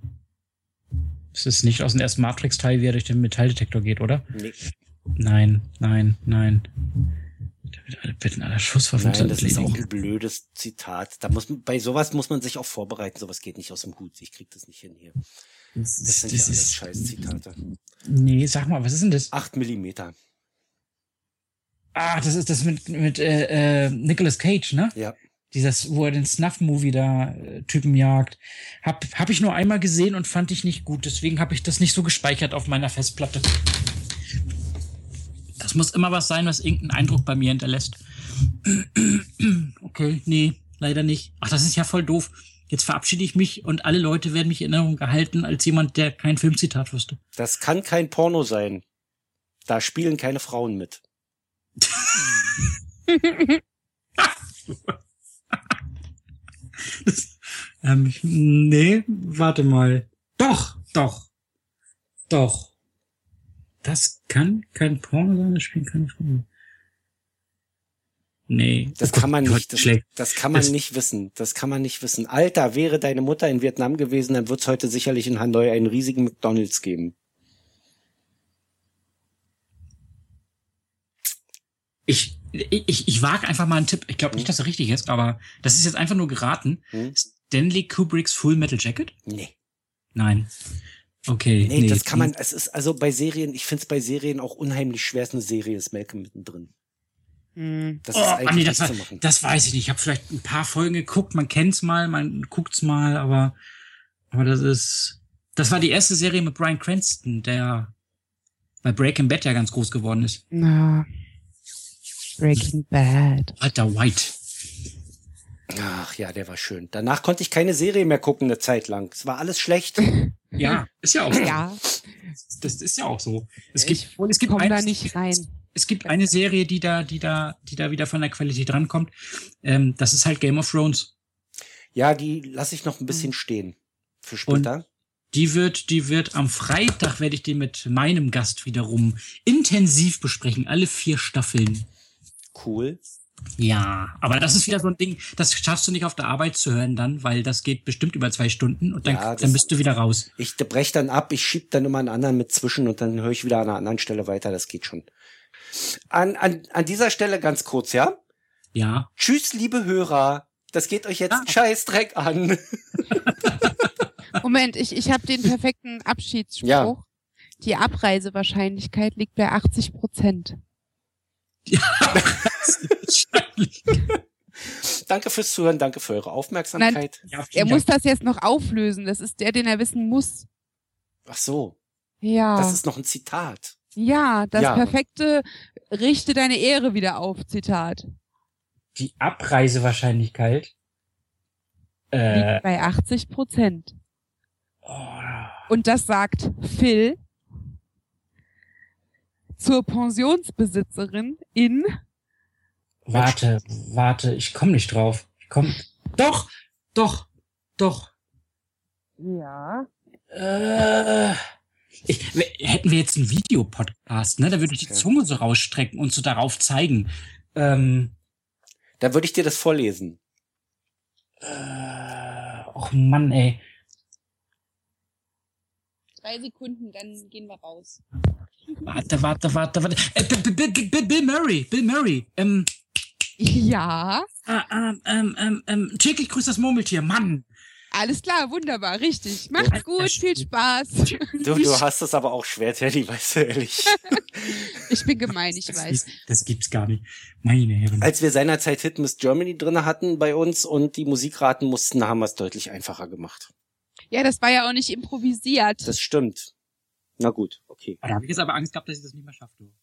es ist nicht aus dem ersten Matrix-Teil, wie er durch den Metalldetektor geht, oder? Nee, Nein, nein, nein. Damit alle bitten, aller Schusswaffen zu nein, das ist auch entledigen. ein blödes Zitat. Da muss man, bei sowas muss man sich auch vorbereiten. Sowas geht nicht aus dem Hut. Ich krieg das nicht hin hier. Das, Das sind ja alles scheiß Zitate. Nee, sag mal, was ist denn das? Acht Millimeter. Ah, das ist das mit, mit äh, äh, Nicolas Cage, ne? Ja. Dieses, wo er den Snuff-Movie da äh, Typen jagt. Hab, hab ich nur einmal gesehen und fand ich nicht gut. Deswegen habe ich das nicht so gespeichert auf meiner Festplatte. Das muss immer was sein, was irgendeinen Eindruck bei mir hinterlässt. okay, nee, leider nicht. Ach, das ist ja voll doof. Jetzt verabschiede ich mich und alle Leute werden mich in Erinnerung gehalten als jemand, der kein Filmzitat wusste. Das kann kein Porno sein. Da spielen keine Frauen mit. Das, ähm, ich- nee, warte mal. Doch, doch. Doch. Das kann kein Porno sein, das spielen keine Frauen. Nee. Das Oh Gott, kann man Gott, nicht. Das, Schlecht. das kann man Das- nicht wissen. Das kann man nicht wissen. Alter, wäre deine Mutter in Vietnam gewesen, dann wird's heute sicherlich in Hanoi einen riesigen McDonalds geben. Ich, ich, ich, ich wage einfach mal einen Tipp. Ich glaube nicht, dass er richtig ist, aber das ist jetzt einfach nur geraten. Hm? Stanley Kubricks Full Metal Jacket? Nee. Nein. Okay. Nee, das kann man, es ist also bei Serien, ich find's bei Serien auch unheimlich schwer, ist eine Serie ist Malcolm mittendrin. Hm. Das Oh, ist ah, eigentlich nee, nicht das, war, zu machen. das weiß ich nicht. Ich habe vielleicht ein paar Folgen geguckt. Man kennt's mal, man guckt's mal, aber aber das ist das war die erste Serie mit Brian Cranston, der bei Breaking Bad ja ganz groß geworden ist. Na. Breaking Bad. Alter White. Ach ja, der war schön. Danach konnte ich keine Serie mehr gucken, eine Zeit lang. Es war alles schlecht. Ja, ist ja auch so. Ja, Das ist ja auch so. Es gibt ich es gibt komme da eins- nicht rein. es gibt eine Serie, die da die da die da wieder von der Qualität rankommt. Ähm, das ist halt Game of Thrones. Ja, die lasse ich noch ein bisschen stehen. Für später. Die wird, die wird am Freitag werde ich die mit meinem Gast wiederum intensiv besprechen. Alle vier Staffeln. Cool. Ja, aber das ist wieder so ein Ding, das schaffst du nicht auf der Arbeit zu hören dann, weil das geht bestimmt über zwei Stunden und dann, Ja, das- dann bist du wieder raus. Ich brech dann ab, ich schieb dann immer einen anderen mit zwischen und dann höre ich wieder an einer anderen Stelle weiter. Das geht schon. An, an, an dieser Stelle ganz kurz, ja? Ja. Tschüss, liebe Hörer. Das geht euch jetzt Ah. einen Scheißdreck an. Moment, ich, ich habe den perfekten Abschiedsspruch. Ja. Die Abreisewahrscheinlichkeit liegt bei 80 Prozent. Danke fürs Zuhören, danke für eure Aufmerksamkeit. ja Er muss das jetzt noch auflösen. Das ist der, den er wissen muss. Ach so, Ja. das ist noch ein Zitat. ja, das Ja. perfekte Richte deine Ehre wieder auf, Zitat. die Abreisewahrscheinlichkeit. Äh, Liegt bei 80 Prozent. oh, Und das sagt Phil zur Pensionsbesitzerin in Warte, warte, ich komme nicht drauf. Ich komm. Doch, doch, doch. Ja. Äh, ich, w- hätten wir jetzt einen Videopodcast, ne? Da würde ich die Zunge so rausstrecken und so darauf zeigen. Ähm, Dann würde ich dir das vorlesen. äh, och Mann, ey. Drei Sekunden, dann gehen wir raus. Warte, warte, warte, warte. Äh, B- B- B- B- Bill Murray, Bill Murray. Ähm, Ja. ah, ah, ähm, ähm, ähm, täglich grüßt das Murmeltier. Mann. Alles klar, wunderbar, richtig. Macht's gut, viel Spaß. Du, du hast es aber auch schwer, Teddy, weißt du ehrlich. Ich bin gemein, ich weiß. Das gibt's gar nicht. Meine Herren. Als wir seinerzeit Hit Miss Germany drinne hatten bei uns und die Musikraten mussten, haben wir es deutlich einfacher gemacht. Ja, das war ja auch nicht improvisiert. Das stimmt. Na gut, okay. Da habe ich jetzt aber Angst gehabt, dass ich das nicht mehr schaffe. du.